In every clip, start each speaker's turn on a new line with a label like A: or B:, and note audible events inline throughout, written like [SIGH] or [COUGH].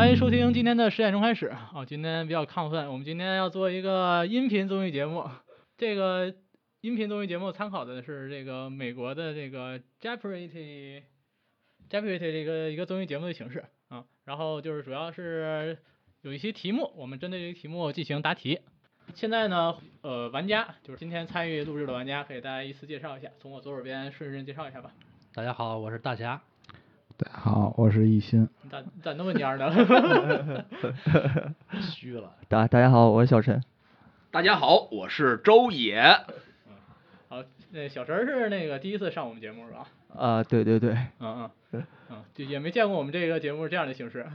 A: 今天的十点钟开始啊、今天比较亢奋，我们今天要做一个音频综艺节目。这个音频综艺节目参考的是这个美国的这个 Jeopardy Jeopardy 这个一个综艺节目的形式啊、然后就是主要是有一些题目，我们针对这个题目进行答题。现在呢，呃，玩家就是今天参与录制的玩家，给大家依次介绍一下，从我左手边顺时针介绍一下吧。
B: 大家好，我是大侠。
C: 大家好，我是艺鑫。
A: 咋咋那么蔫儿呢？
B: 虚了，
D: 大大家好，我是小陈。
E: 大家好，我是周野。
A: 好， [LAUGHS] 那小陈儿是那个第一次上我们节目是吧？
D: 啊、对对对，
A: 嗯嗯嗯，就也没见过我们这个节目这样的形式。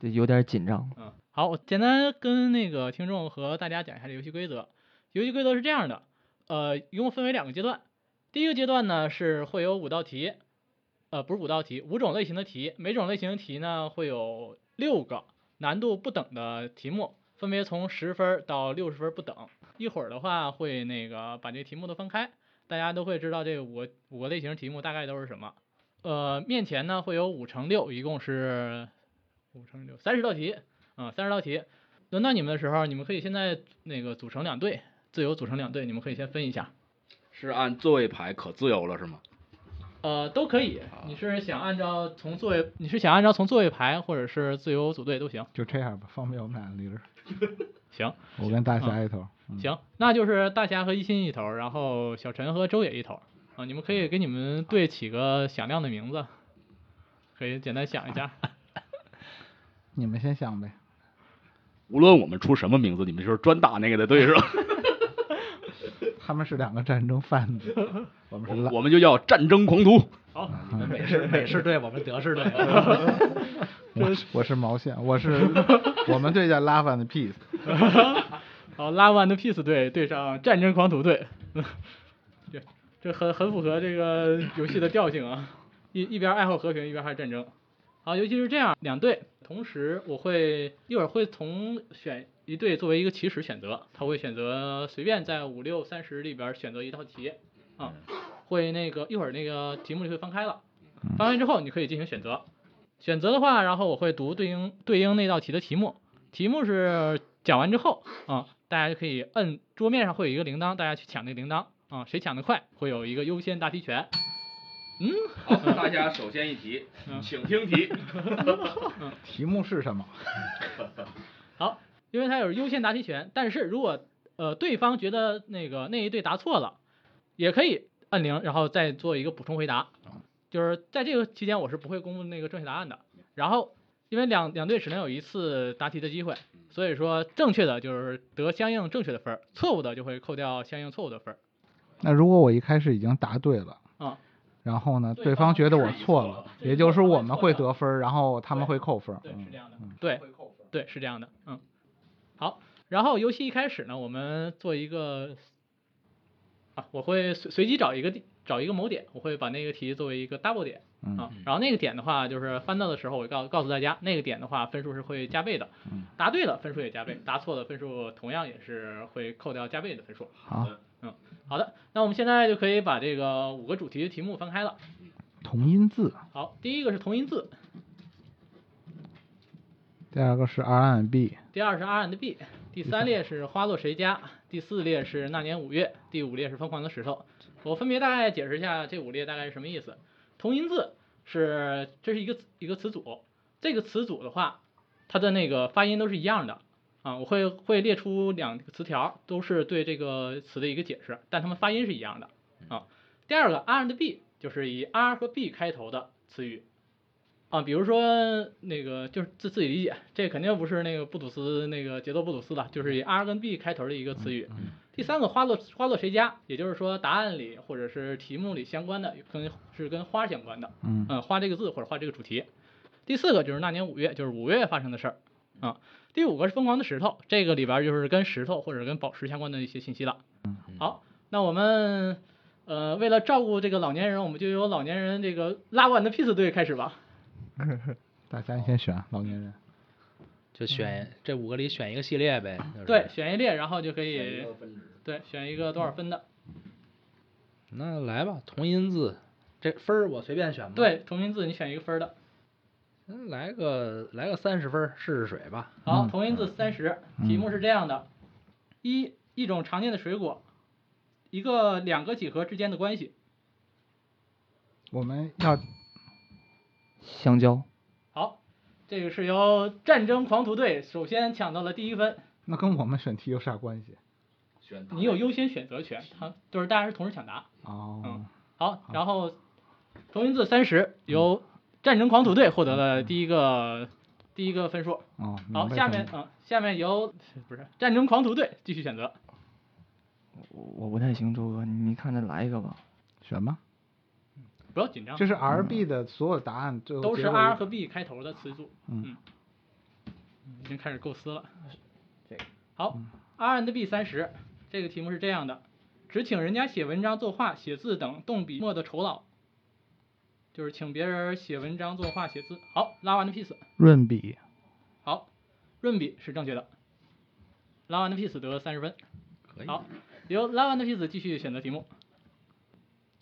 D: 对有点紧张。
A: 嗯，好，我简单跟那个听众和大家讲一下这游戏规则。游戏规则是这样的，呃，一共分为两个阶段。第一个阶段呢是会有五道题，呃，不是五道题，五种类型的题，每种类型的题呢会有六个难度不等的题目，分别从十分儿到六十分儿不等。一会儿的话会那个把这个题目都翻开，大家都会知道这五个五个类型题目大概都是什么。呃，面前呢会有五乘六，一共是五乘六三十道题，啊，三十道题。轮到你们的时候，你们可以现在那个组成两队，自由组成两队，你们可以先分一下。
E: 是按座位排，可自由了是吗？
A: 呃，都可以。你是想按照从座位，你是想按照从座位排，或者是自由组队都行。
C: 就这样吧，方便我们俩离着。
A: [LAUGHS] 行
C: 我跟大侠一头。嗯，
A: 行，那就是大侠和一心一头，然后小陈和周野一头。啊，你们可以给你们队起个响亮的名字，可以简单想一
B: [LAUGHS]
A: 下。
C: 你们先想呗。
E: 无论我们出什么名字，你们就是专打那个的对手，
B: [LAUGHS]
C: 他们是两个战争
A: [LAUGHS]
C: 贩子，我们是拉
E: 我们就要战争狂徒。
A: 好，
B: 你们美式美式队，我们德
A: [LAUGHS]
B: 式队。
C: 我是我是毛线，
A: [LAUGHS]
C: 我是我们这叫拉贩的 piece。
A: [LAUGHS] 好，拉万的 Peace 队对上战争狂徒队， [LAUGHS] 这这很很符合这个游戏的调性啊，一一边爱好和平，一边还战争。好，尤其是这样两队，同时我会一会儿会从选一队作为一个起始选择，他会选择随便在五六三十里边选择一道题，啊，会那个一会儿那个题目就会翻开了，翻开之后你可以进行选择，选择的话，然后我会读对应对应那道题的题目，题目是讲完之后啊、大家就可以摁桌面上会有一个铃铛，大家去抢那个铃铛啊、谁抢得快会有一个优先答题权。嗯，
E: 好，大家首先一题，
B: 嗯
E: 请听题。
C: 题目是什么？
A: 好，因为它有优先答题权，但是如果呃对方觉得那个那一队答错了，也可以按铃，然后再做一个补充回答。就是在这个期间，我是不会公布那个正确答案的。然后，因为两两队只能有一次答题的机会，所以说正确的就是得相应正确的分儿，错误的就会扣掉相应错误的分儿。
C: 那如果我一开始已经答对了，
A: 啊，
C: 然后呢，
A: 对
C: 对
A: 方
C: 方觉得
A: 质
C: 我
A: 疑
C: 错
A: 错
C: 了
A: 了，对
C: 也
A: 如
C: 就
A: 果
C: 是
A: 他
C: 我
A: 们
C: 们
A: 错
C: 会
A: 了
C: 得分儿，然后他们
A: 对
C: 会扣分儿。嗯
A: 这样的。对，对，是这样的，嗯。好，然后游戏一开始呢，我们做一个啊，我会随随机找一个地找一个某点，我会把那个题作为一个 double 点啊
C: 嗯，
A: 然后那个点的话，就是翻到的时候，我告告诉大家，那个点的话分数是会加倍的
C: 嗯，
A: 答对了分数也加倍，答错了分数同样也是会扣掉加倍的分数。嗯
C: 好，
A: 好的，那我们现在就可以把这个五个主题的题目翻开了。
C: 同音字，
A: 好，第一个是同音字，
C: 第二个是 R&B，
A: 第二是 R&B，第三列是花落谁家，第四列是那年五月，第五列是疯狂的石头。我分别大概解释一下这五列大概是什么意思。同音字是这是一个词一个词组，这个词组的话，它的那个发音都是一样的啊。我会会列出两个词条，都是对这个词的一个解释，但它们发音是一样的啊。第二个 R&B 就是以 R 和 B 开头的词语，啊，比如说那个就是自自己理解，这肯定不是那个布鲁斯那个节奏布鲁斯了，就是以 R 跟 B 开头的一个词语。第三个花落花落谁家，也就是说答案里或者是题目里相关的，跟是跟花相关的，
C: 嗯，
A: 嗯，花这个字或者花这个主题。第四个就是那年五月，就是五月发生的事儿啊。第五个是疯狂的石头，这个里边儿就是跟石头或者跟宝石相关的一些信息了。好，那我们呃为了照顾这个老年人，我们就由老年人这个拉完的 peace 队开始吧。
C: 大家先选老年人。
B: 就选 [LAUGHS] 这五个里选一个系列呗。就是
A: 对，，选一列，然后就可以对选一个多少分的。
B: 那来吧，同音字，这分儿我随便选吧。
A: 对，同音字你选一个分儿的。
B: 嗯来个来个三十分儿试试水吧。
A: 好，
C: 嗯
A: 同音字三十，题目是这样的：一一种常见的水果，一个两个几何之间的关系。
C: 我们要
D: 香蕉，
A: 好，这个是由战争狂徒队首先抢到了第一分，
C: 那跟我们选题有啥关系？
E: 选
A: 你有优先选择权，他就是大家是同时抢答。
C: 哦
A: 嗯，好，然后同音字三十由战争狂徒队获得了第一个第一个分数。
C: 哦，
A: 好，
C: 明白
A: 下
C: 什么
A: 面啊、下面由不是战争狂徒队继续选择。
D: 我我不太行，周哥，你看着来一个吧。
C: 选吧，
A: 不要紧张，
C: 这是 R B 的所有答案，最后
A: 都是
C: 结果
A: R 和 B 开头的词组。嗯
C: 嗯，
A: 已经开始构思了。好，R and B 三十，这个题目是这样的：只请人家写文章、作画、写字等动笔墨的酬劳，就是请别人写文章、作画、写字。好，拉完的 piece，
C: 润笔
A: 好，润笔是正确的。拉完的 piece 得三十分。
B: 可以。
A: 好，由拉完的 piece 继续选择题目。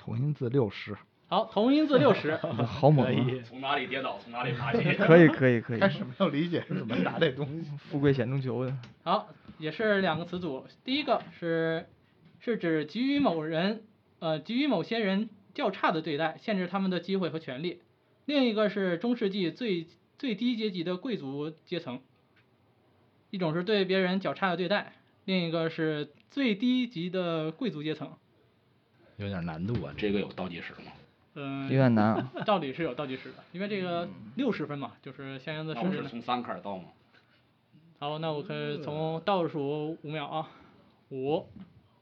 C: 同音字六十，
A: 好，同音字六 [LAUGHS] 十。
D: 好猛、啊！
E: 从哪里跌倒从哪里爬起。
B: [LAUGHS]
D: 可以可以可
C: [LAUGHS]
D: 以，
C: 开始没有理解是怎么答这东西。
D: 富贵险中求的。
A: 好，也是两个词组，第一个是是指给予某人呃给予某些人较差的对待，限制他们的机会和权利；另一个是中世纪最最低阶级的贵族阶层，一种是对别人较差的对待，另一个是最低级的贵族阶层。
B: 有点难度啊，这
E: 这个有倒计时吗？
A: 嗯
D: 有，点难啊。
A: 道理是有倒计时的，因为这个六十分嘛，就是相应的
E: 嗯那
A: 是
E: 我是从三开始倒吗？
A: 好，那我可以从倒数五秒啊，五、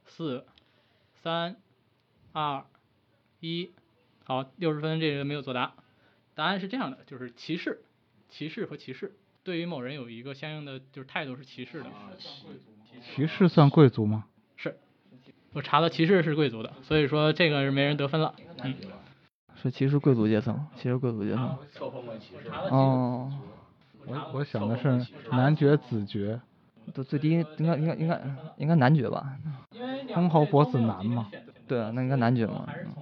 A: 四、三、二、一。好，六十分这个没有作答。答案是这样的，就是歧视、歧视和歧视，对于某人有一个相应的就是态度是歧视的。
C: 骑士算贵族吗？
A: 我查了，歧视是贵族的，所以说这个是没人得分了。嗯，
D: 是歧视贵族阶层，歧视贵族阶层。
E: 受碰过歧视
D: 哦，
C: 我我想的是男爵、子爵，
D: 都最低应该应该应该应该男爵吧？
C: 公侯伯子男嘛。
D: 对啊，那应该男爵嘛。
C: 嗯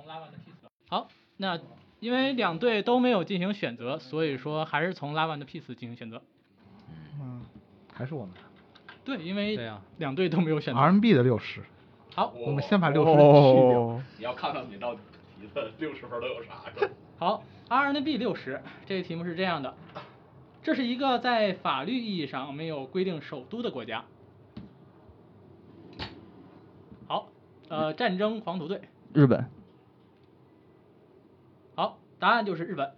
A: 好，那因为两队都没有进行选择，所以说还是从拉万的 piece 进行选择。
C: 嗯，还是我们
A: 对，因为
B: 对啊
A: 两队都没有选择。
C: R B 的六十，
A: 好，
C: 我们先把六十去掉。
D: 哦，
E: 你要看看你到底的六十分都有啥？是吧
A: 好，R&B 六十，这个题目是这样的：这是一个在法律意义上没有规定首都的国家。好，呃，战争狂徒队。
D: 日本，
A: 好，答案就是日本。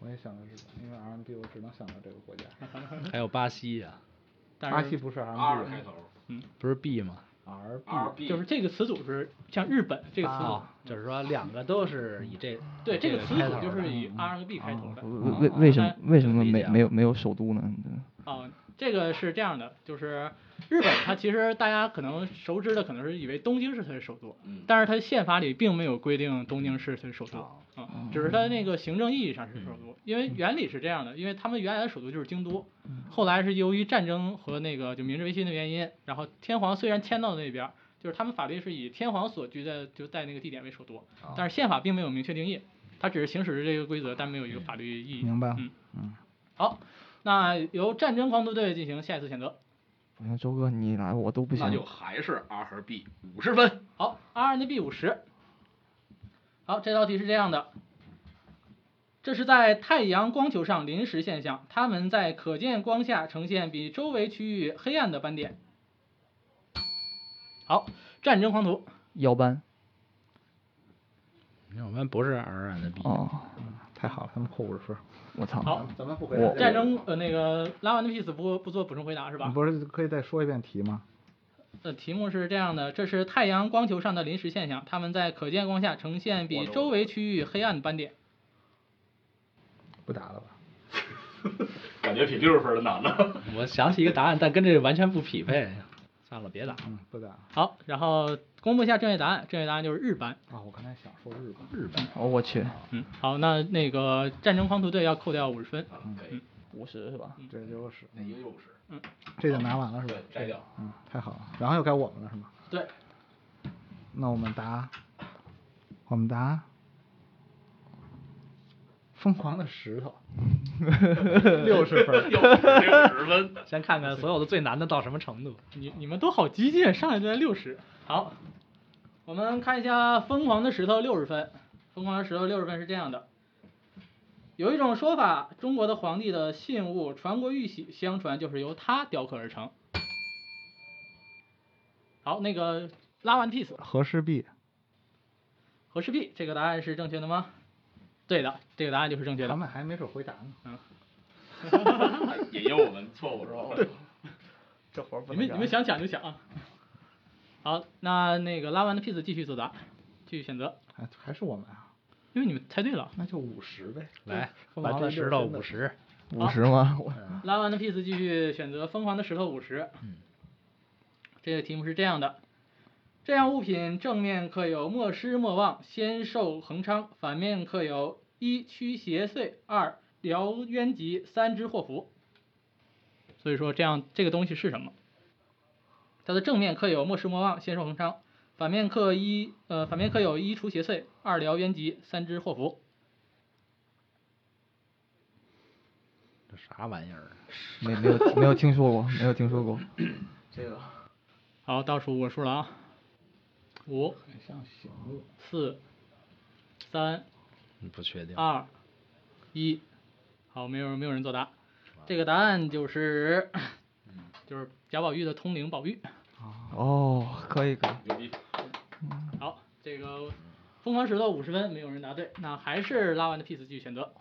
C: 我也想的是，因为 R B 我只能想到这个国家，
B: 还有巴西呀、
A: 但
C: 巴
A: 是
C: 西不是 R
E: 二
C: B 啊
E: 开头
B: 不是 B 吗？
C: ，R
B: 嗯
C: B
E: ，R B
A: 就是这个词组是像日本这个词组，
B: 就是说两个都是以这
A: 对这
B: 嗯这
A: 个词
B: 开
A: 组
B: 头的嗯
A: 就是以 R&B 开头的。
D: 为为为什么为什么没没有没有首都呢？
A: 啊，这个是这样的，就是日本它其实大家可能熟知的可能是以为东京是它的首都，
E: 嗯
A: 但是它宪法里并没有规定东京市它的首都，啊，
B: 嗯
A: 只是它那个行政意义上是首都，因为原理是这样的，因为他们原来的首都就是京都，
B: 嗯
A: 后来是由于战争和那个就明治维新的原因，然后天皇虽然迁到那边儿。就是他们法律是以天皇所居的就在那个地点为首都，但是宪法并没有明确定义，它只是行使着这个规则，但没有一个法律意义。
C: 明白了
A: 嗯，
C: 嗯，
A: 好，那由战争狂徒队进行下一次选择。
D: 不行，周哥你来我都不
E: 那就
D: 行。
E: 还是 R 和 B 五十 [LAUGHS] 分。
A: 好，R N B 五十。好，这道题是这样的，这是在太阳光球上临时现象，它们在可见光下呈现比周围区域黑暗的斑点。好，战争狂徒。
D: 腰斑
B: 你看我们不是 R and B，、
D: 哦，
C: 太好了，他们扣五十分。
D: 我操！
A: 好，
C: 咱们不
D: 回答我这个
A: 战争呃那个拉完的 piece 不不做补充回答是吧？
C: 不是可以再说一遍题吗？
A: 呃，题目是这样的，这是太阳光球上的临时现象，它们在可见光下呈现比周围区域黑暗的斑点。
C: 不答了吧？
E: 感觉比六十分的难呢。
B: 我想起一个答案，但跟这完全不匹配， [LAUGHS] 算了，别打了。
C: 嗯，不答。
A: 好，然后公布一下正确答案，正确答案就是日班。
C: 啊，我刚才想说日本。
B: 日本
D: 哦，我去，
A: 嗯，好，那那个战争狂徒队要扣掉五十分。
B: 嗯
E: 可以，
D: 五十是吧？
C: 这就是，
E: 那一个六十，
C: 这就拿完了是吧？
E: 摘 [LAUGHS] 掉。
C: 嗯，太好了。然后又该我们了是吗？
A: 对，
D: [LAUGHS]
C: 那我们答，我们答疯狂的石头，六十分儿。
E: 十分，
B: 先看看所有的最难的到什么程 [LAUGHS] 度。
A: 你你们都好激进，啊上来就在六十。好，我们看一下《疯狂的石头》六十分，《疯狂的石头》六十分是这样的。有一种说法，中国的皇帝的信物传国玉玺，相传就是由他雕刻而成。好，那个拉完 piece
C: 和氏璧，
A: 和氏璧，这个答案是正确的吗？对的，这个答案就是正确
C: 他
A: 的。
C: 们还没准回答呢。
E: [LAUGHS] 引诱我们错误说法。
D: 这活儿不
A: 你
D: 能
A: 们你们想
D: 干
A: 抢就抢啊！好，那那个拉完的 piece 继续作答，继续选择，
C: 还还是我们啊？
A: 因为你们猜对了。
C: 那就五十呗。
B: 来，疯
C: 完
B: 狂的
C: 全就
B: 石头
C: 真的
B: 五十，
D: 五十吗？我
A: 拉完的 piece 继续选择疯狂的石头五十。
B: 嗯
A: 这个题目是这样的：这样物品正面刻有“莫失莫忘”“仙寿恒昌”，反面刻有一驱邪祟，二疗冤疾，三知祸福。所以说，这样这个东西是什么？它的正面刻有“莫失莫忘”“仙寿恒昌”，反面刻一呃反面刻有一除邪祟，二疗冤疾，三知祸福。
B: 这啥玩意儿？啊
D: 没没有没有听说过，没有听说过。这个
A: 好，倒数我数了啊，五、
C: 像醒目。
A: 四、三、
B: 嗯不确定。
A: 二、一，好，没有没有人作答，这个答案就是，就是贾宝玉的通灵宝玉。
D: 哦，可以可以。
A: 好，这个疯狂石头五十分，没有人答对，那还是拉完的 piece 继续选择。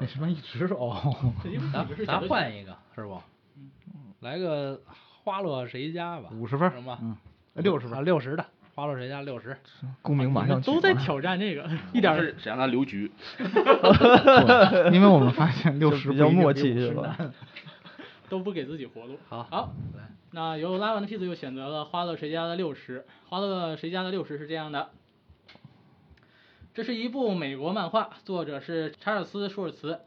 C: 为什么一直哦？
A: 这因为
B: 咱
A: 你们是
B: 咱
A: 选择
B: 换一个是不？来个花落谁家吧，
C: 50分儿
B: 行吧？
C: 嗯，六十
B: 啊，
C: 分。
B: 六十的花落谁家六十，
D: 公明马
A: 你们
D: 上
A: 都在
D: 挑，
A: 挑战这
B: 嗯
A: 个，一点儿
E: 是谁让他留局？
C: 对 [LAUGHS] 因为我们发现六十
D: [LAUGHS] 就比较默契是吧？
A: 都不给自己活路。
B: 好
A: 好，
B: 来
A: 那由拉完的 piece 又选择了花落谁家的六十。花落谁家的六十是这样的，这是一部美国漫画，作者是查尔斯·舒尔茨。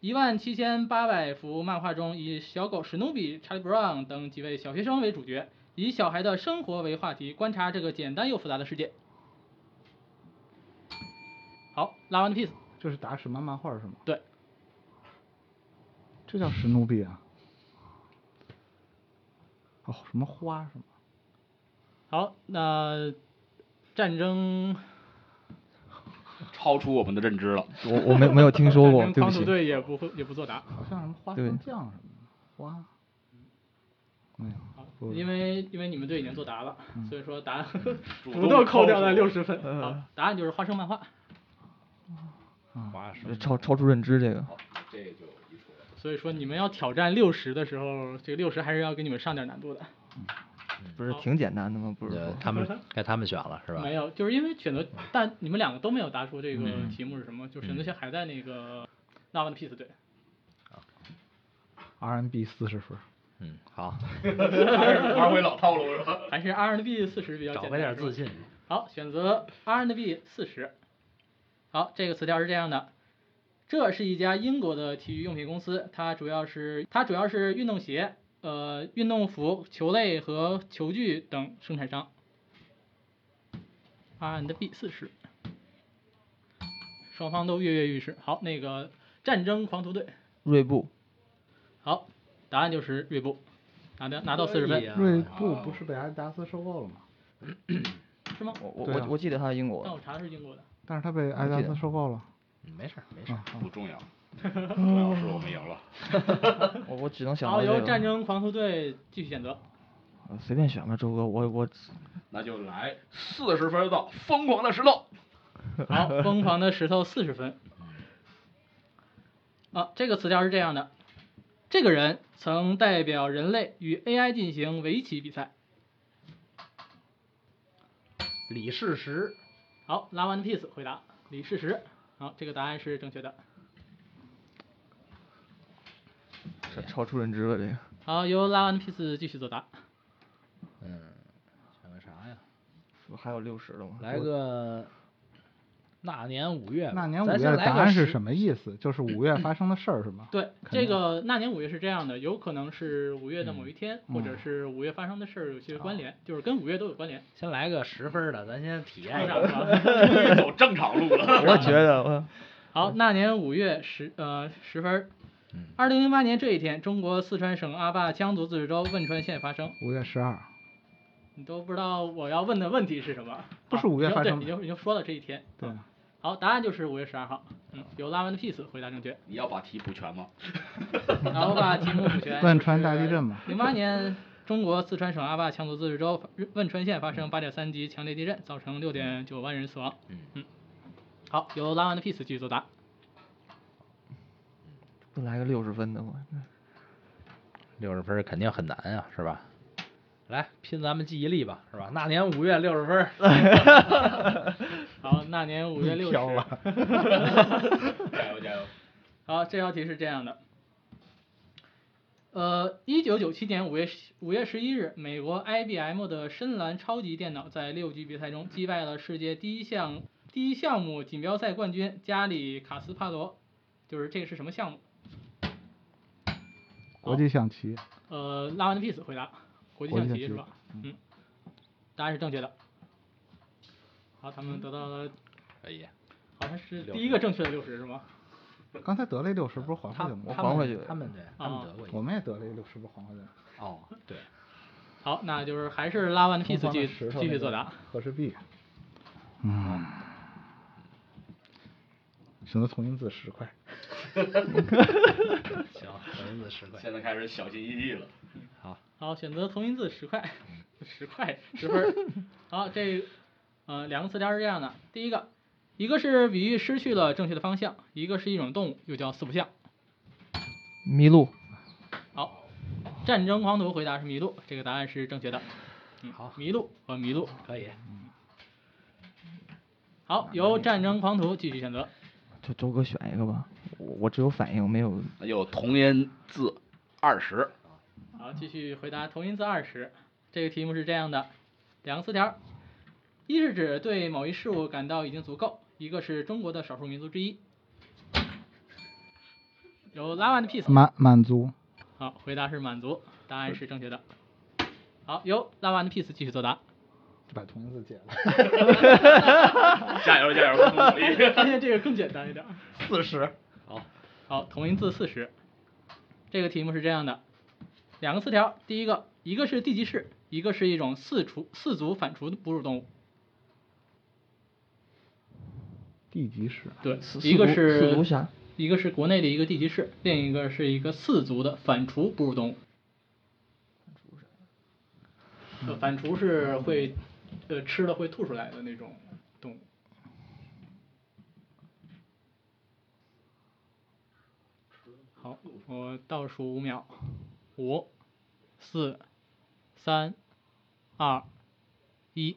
A: 一万七千八百幅漫画中，以小狗史努比、查理·布朗等几位小学生为主角，以小孩的生活为话题，观察这个简单又复杂的世界。好，拉完的 piece，
C: 这是打什么漫画是吗？
A: 对。
C: 这叫史努比啊。哦，什么花什么？
A: 好，那战争
E: 超出我们的认知了。
D: 我我没没有听说 [LAUGHS] 过，
A: 战争
D: 对不
A: 康图
D: 起。
A: 队也不会也不作答。
C: 好像什么花
D: 对
C: 生酱什么的。花。哎没有。
A: 好
C: 不
A: 因为因为你们队已经作答了，所以说答案 [LAUGHS]
E: 主
A: 不
E: 动
A: 够
E: 扣
A: 扣掉
E: 除
A: 了六十分。
D: 嗯
A: 好，答案就是花生漫画，
B: 花什
D: 这
B: 么？
D: 超超出认知这个，
E: 这就一出
A: 所以说你们要挑战六十的时候，这个六十还是要给你们上点难度的。
D: 不是挺简单的吗？不是
B: 呃
D: 说，
C: [LAUGHS]
B: 他们该他们选了是吧？
A: 没有，就是因为选择，但你们两个都没有答出这个题目是什么，就选择权还在那个纳万的 piece 队。
C: RMB 四十分。
B: 嗯，好，
E: [LAUGHS] 玩回老套路是吧？
A: 还是 R&B 四十比较
B: 找
A: 简单。
B: 回点
A: 是吧
B: 自信。
A: 好，选择 R&B 四十。好，这个词条是这样的，这是一家英国的体育用品公司，它主要是它主要是运动鞋、呃运动服、球类和球具等生产商。R&B 四十，双方都跃跃欲试。好，那个战争狂徒队，
D: 锐步
A: 好，答案就是锐步，拿到拿到四十
B: 可以
A: 分，
B: 啊
C: 锐步不是被阿迪达斯收购了吗？
A: 是吗？
D: 我我
C: 对啊
D: 我我记得他是英
A: 但
D: 国
A: 我查的是英国的。
C: 但是他被阿迪达斯收购了。
B: 嗯没事儿没事儿
C: 啊，啊
E: 不重要，重要是我们赢了。
D: 的，我我只能想
A: 好，
D: 到这
A: 由
D: 个。
A: 哦战争狂徒队继续选择。
D: 呃随便选吧，周哥，我我
E: 那就来四十分到疯狂的石头。
A: [LAUGHS] 好，疯狂的石头四十分。啊，这个词条是这样的：这个人曾代表人类与 AI 进行围棋比赛。
B: 李世石，
A: 好，拉完 piece 回答李世石。好，这个答案是正确的。
D: 超超出认知了这个。
A: 好，由拉完 piece 继续作答。
B: 嗯，选个啥呀？
D: 我还有六十的吗？
B: 来
D: 我
B: 个那年五月吧。
C: 那年五
B: 哎咱
C: 月
B: 先
C: 的
B: 来
C: 答
B: 个
C: 案是
B: 十
C: 什么意思？就是五月发生的事儿是吗？
A: 对，
C: 肯定
A: 这个那年五月是这样的，有可能是五月的某一天，或者是五月发生的事儿有些关联，就是跟五月都有关联。
B: 先来个十分儿的，咱先体验
A: 鼓
B: 一下啊
A: 掌。吧
E: 终于走正常路了。
D: 我觉得我
A: 好，那年五月十呃十分儿
B: 嗯，
A: 二零零八年这一天，中国四川省阿坝羌族自治州汶川县发生。
C: 五月十
B: 啊
C: 二，
A: 你都不知道我要问的问题是什么？
C: 不是
A: 好
C: 五月
A: 你就
C: 发
A: 对
C: 生的
A: 你就你就说了这一天。
C: 对
A: 嗯，好，答案就是五月十二号。嗯，由拉文的 piece 回答正
C: [LAUGHS]
A: 确，
E: 你要把题补全吗？
A: 然后把题目补全。
C: 汶川大地震嘛。
A: 零八年，中国四川省阿坝羌族自治州汶川县发生八点三级强烈地震，造成六点九万人死亡。
B: 嗯
A: 好，由拉文的 piece 继续作答。
D: 不来个六十分的我，
B: 六十分儿肯定很难啊，是吧？来拼咱们记忆力吧，是吧？那年五月六十分儿，
A: 好，那年五月六
C: 飘
A: 日。
C: 了
E: 加油加油！
A: 好，这道题是这样的。呃，一九九七年五月五月十一日，美国 IBM 的深蓝超级电脑在六局比赛中击败了世界第一项第一项目锦标赛冠军加里卡斯帕罗，就是这个是什么项目？
C: 国际象棋，
A: 呃，拉文的 piece 回答，国际
C: 国
A: 象
C: 际象
A: 棋是
C: 棋
A: 吧？嗯，答案是正确的。好，他们得到了
B: 哎呀，
A: 好像是
B: 60
A: 第一个正确的六十是吗？
C: 刚才得了一六十，不是还回
B: 他
C: 去了吗？
B: 他
D: 还回
B: 们
D: 去
B: 他们对，他们
A: 啊
B: 得过一
C: 我
B: 个
C: 们也得了一六十，不是还回去了吗？
B: 哦，对，
A: 好，那就是还是拉文的
C: 同
A: piece
C: 方
A: 继
C: 的
A: 续
C: 石头
A: 继
C: 那
A: 续
C: 个
A: 作答。
C: 和氏璧。嗯，选择同音字十块。
B: 行，蚊子十块，
E: 现在开始小心翼翼了。
B: 好，
A: 好，选择同音字十块，[LAUGHS]
B: 嗯
A: 十块十分儿。好，这呃两个词条是这样的：第一个，一个是比喻失去了正确的方向，一个是一种动物，又叫四不像。
D: 麋鹿
A: 好，战争狂徒回答是麋鹿，这个答案是正确的。嗯，
B: 好
A: 麋鹿和麋鹿。
B: 可以，
A: 好，由战争狂徒继续选择。
D: 就周哥选一个吧，我我只有反应没有
E: 那有同音字二十，
A: 好，继续回答同音字二十。这个题目是这样的，两个词条，一是指对某一事物感到已经足够，一个是中国的少数民族之一。有拉万的 piece，
C: 满满足，
A: 好，回答是满足，答案是正确的。嗯好，由拉万的 piece 继续作答。
C: 就把同音字
D: [LAUGHS]
C: 解了。
E: 加油加油，努力！
A: 发现这个更简单一点儿。
C: [LAUGHS] 四十，
A: 好，同音字四十。这个题目是这样的，两个词条，第一个，一个是地级市，一个是一种四足四足反刍的哺乳动物。
C: 地级市，
A: 对
D: 四，
A: 一个
D: 四足
A: 是
D: 四足侠，
A: 一个是国内的一个地级市，另一个是一个四足的反刍哺乳动物。呃，反刍是会，呃，吃了会吐出来的那种动物。好，我倒数五秒，五、四、三、二、一。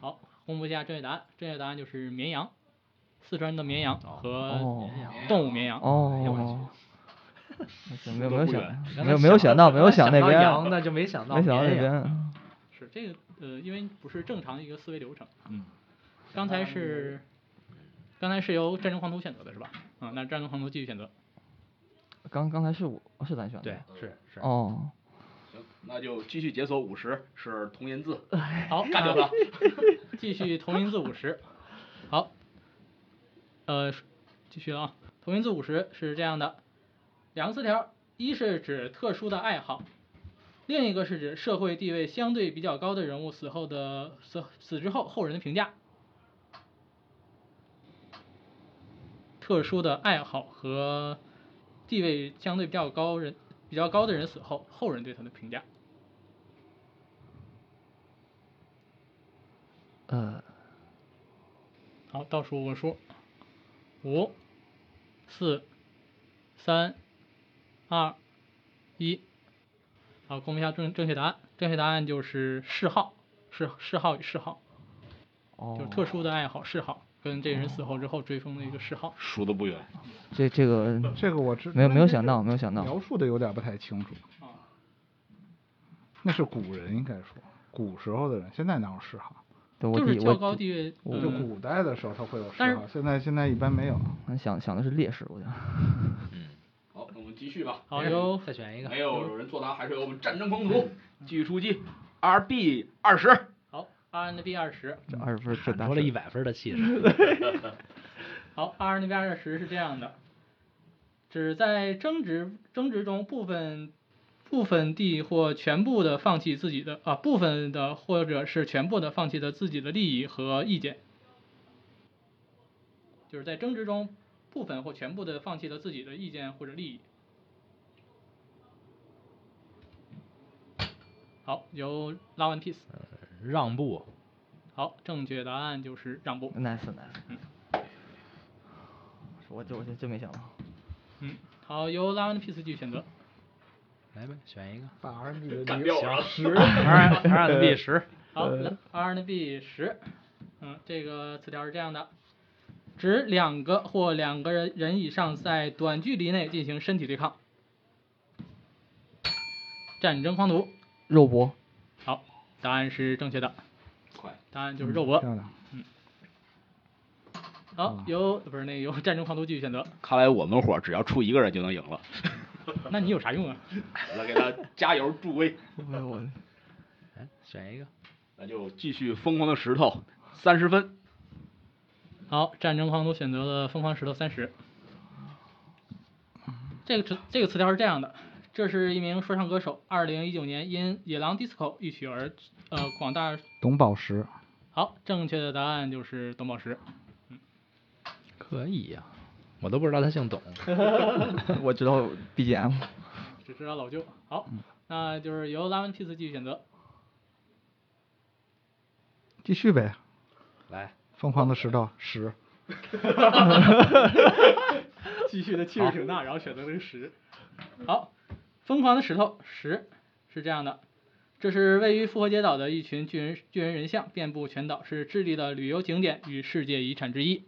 A: 好，公布一下正确答案，正确答案就是绵羊，四川的绵羊和
D: 哦
A: 动物绵羊。
D: 哦， [LAUGHS] 没有没有想
B: 刚才
D: 没有没有想到没有
B: 想
D: 那
B: 到
D: 边儿，
B: 羊那就没想到
D: 没想到那
B: 绵羊
D: 边儿，
A: 是这个呃，因为不是正常的一个思维流程。
B: 嗯，
A: 刚才是，刚才是由战争狂徒选择的是吧？啊、那战争狂徒继续选择。
D: 刚刚才是我哦是咱选的，
B: 对，是是，
D: 哦，
E: 行，那就继续解锁五十是同音字，
A: 好，
E: 干掉他！
A: 继续同音字五十。好，呃，继续啊，同音字五十是这样的，两个词条，一是指特殊的爱好，另一个是指社会地位相对比较高的人物死后的死死之后后人的评价。特殊的爱好和地位相对比较高人比较高的人死后后人对他的评价。
D: 呃，
A: 好，倒数我数，五、四、三、二、一。好，公布一下正正确答案。正确答案就是嗜好，嗜嗜好与嗜好，
D: 哦，
A: 就是特殊的爱好嗜好，跟这个人死后之后追风的一个嗜好。
E: 输的不远。
D: 这这个
C: 这个我知。
D: 没有
C: 那
D: 没有
C: 那
D: 想
C: 是
D: 到没有想到
C: 描述的有点不太清楚。
A: 啊，
C: 那是古人应该说，古时候的人，现在哪有嗜好？
D: 对我
A: 就是
D: 第
A: 较高
D: 我
A: 地位。
D: 我
C: 就
A: 呃
C: 古代的时候他会有
A: 但
C: 嗜
A: 是
C: 好，现在现在一般没有。
D: 我嗯想想的是烈士，我想
E: 好，那我们继续吧。哎
A: 好，嗯由
B: 再选一个，
E: 没有人作答，还是由我们战争狂徒
A: 嗯
E: 继续出击。R B 二十，
A: 好 R N B 二十。
D: 这二十分儿这
B: 喊
D: 大
B: 出了
D: 事 [LAUGHS]
B: 一百分儿的气势，
A: 好，二那边二十是这样的，只在争执争执中部分部分地或全部的放弃自己的啊部分的或者是全部的放弃了自己的利益和意见，就是在争执中部分或全部的放弃了自己的意见或者利益。好，由拉完 piece。
B: 让步，
A: 好，正确答案就是让步。
D: nice nice，我这我这真没想到，
A: 嗯，好，由拉文的 P 四继续选择。
B: 来呗，选一个。
C: 把 R&B 的
E: 干
C: 零
E: 掉了
C: 十
B: R R B 十，
A: 好，R&B 十，嗯，这个词条是这样的，指两个或两个人人以上在短距离内进行身体对抗。战争狂徒，[LAUGHS]
D: 肉搏，
A: 好，答案是正确的，
E: [LAUGHS] 快，
A: 答案就是肉搏。
C: 嗯漂亮
A: 好，由不是那个由战争狂徒继续选择，
E: [LAUGHS] 看来我们伙儿只要出一个人就能赢了。
A: 那你有啥用啊？
E: 来给他加油助威，
D: 我 [LAUGHS] 我
B: [LAUGHS] 哎，选一个。
E: 那就继续疯狂的石头，三十分。
A: 好，战争狂徒选择了疯狂石头三十。这个词这个词条是这样的，这是一名说唱歌手，二零一九年因《野狼 DISCO》一曲而呃广大。
C: 董宝石，
A: 好，正确的答案就是董宝石。
B: 可以呀、我都不知道他姓 [LAUGHS] 董。
D: 我知道 BGM，
A: 只知道老舅。好，那就是由拉文皮斯继续选择。
C: 继续呗。
B: 来，
C: 疯狂的石头十，
A: 继续的气势挺大，然后选择了个十。好，疯狂的石头十是这样的，这是位于复活节岛的一群巨人巨人人像，遍布全岛，是智利的旅游景点与世界遗产之一。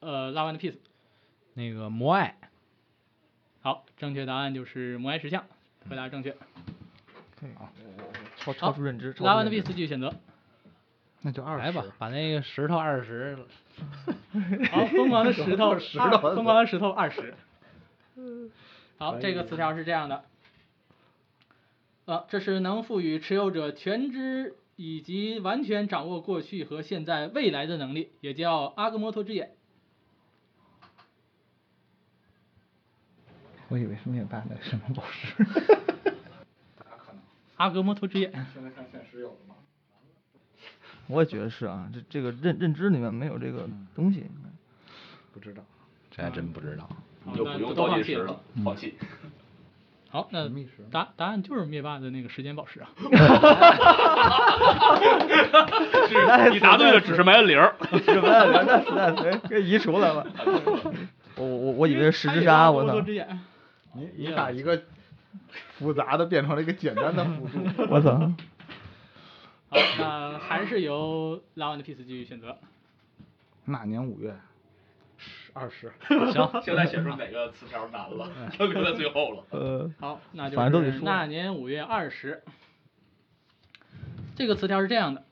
A: 呃，拉完的 piece，
B: 那个摩爱，
A: 好，正确答案就是摩埃石像，回答正确。
D: 可以啊，超超出认知，超
A: 拉
D: 出
A: 完
D: 认
A: 的 piece
D: 知，
A: 继续选择。
C: 那就二
B: 来吧，把那个石头二十，
A: 好，疯狂的石头
C: 石
A: 二
C: 头
A: 疯狂的石头二十。好，这个词条是这样的，呃，这是能赋予持有者全知以及完全掌握过去和现在未来的能力，也叫阿格摩托之眼。
C: 我以为是灭霸的什么宝石。
A: 阿格摩托之眼，
C: [LAUGHS]
D: 我也觉得是啊，这这个认认知里面没有这个东西，
A: 嗯
C: 不知道，
B: 这还真不知道。
A: 好
E: 你就
A: 那
E: 不用
A: 都
E: 倒
A: 放
E: 计
A: 弃
E: 时
A: 了嗯
E: 了。，放弃。
A: [LAUGHS] 好，那
C: 什么意思
A: 答答案就是灭霸的那个时间宝石啊。
E: 是你答对了，只是没了零儿。
D: 什么呀？ [LAUGHS] 那实在没给移除了吧？我我我以为是十之
A: 阿
D: 杀，
A: 格
D: 我
A: 摩托
D: 操！
A: 之眼。
C: 你你把一个复杂的变成了一个简单的辅助。
D: [LAUGHS]
A: [LAUGHS]
D: 我操！
A: 好，那还是由拉文的 piece 继续选择。
C: 那年五月十二十，
B: 行，
E: [LAUGHS] 现在写出哪个词条难了，
A: 嗯
E: 都留在最后了。
D: 呃，
A: 好，那就
D: 反正都得
A: 是
D: 说
A: 那年五月二十，这个词条是这样的：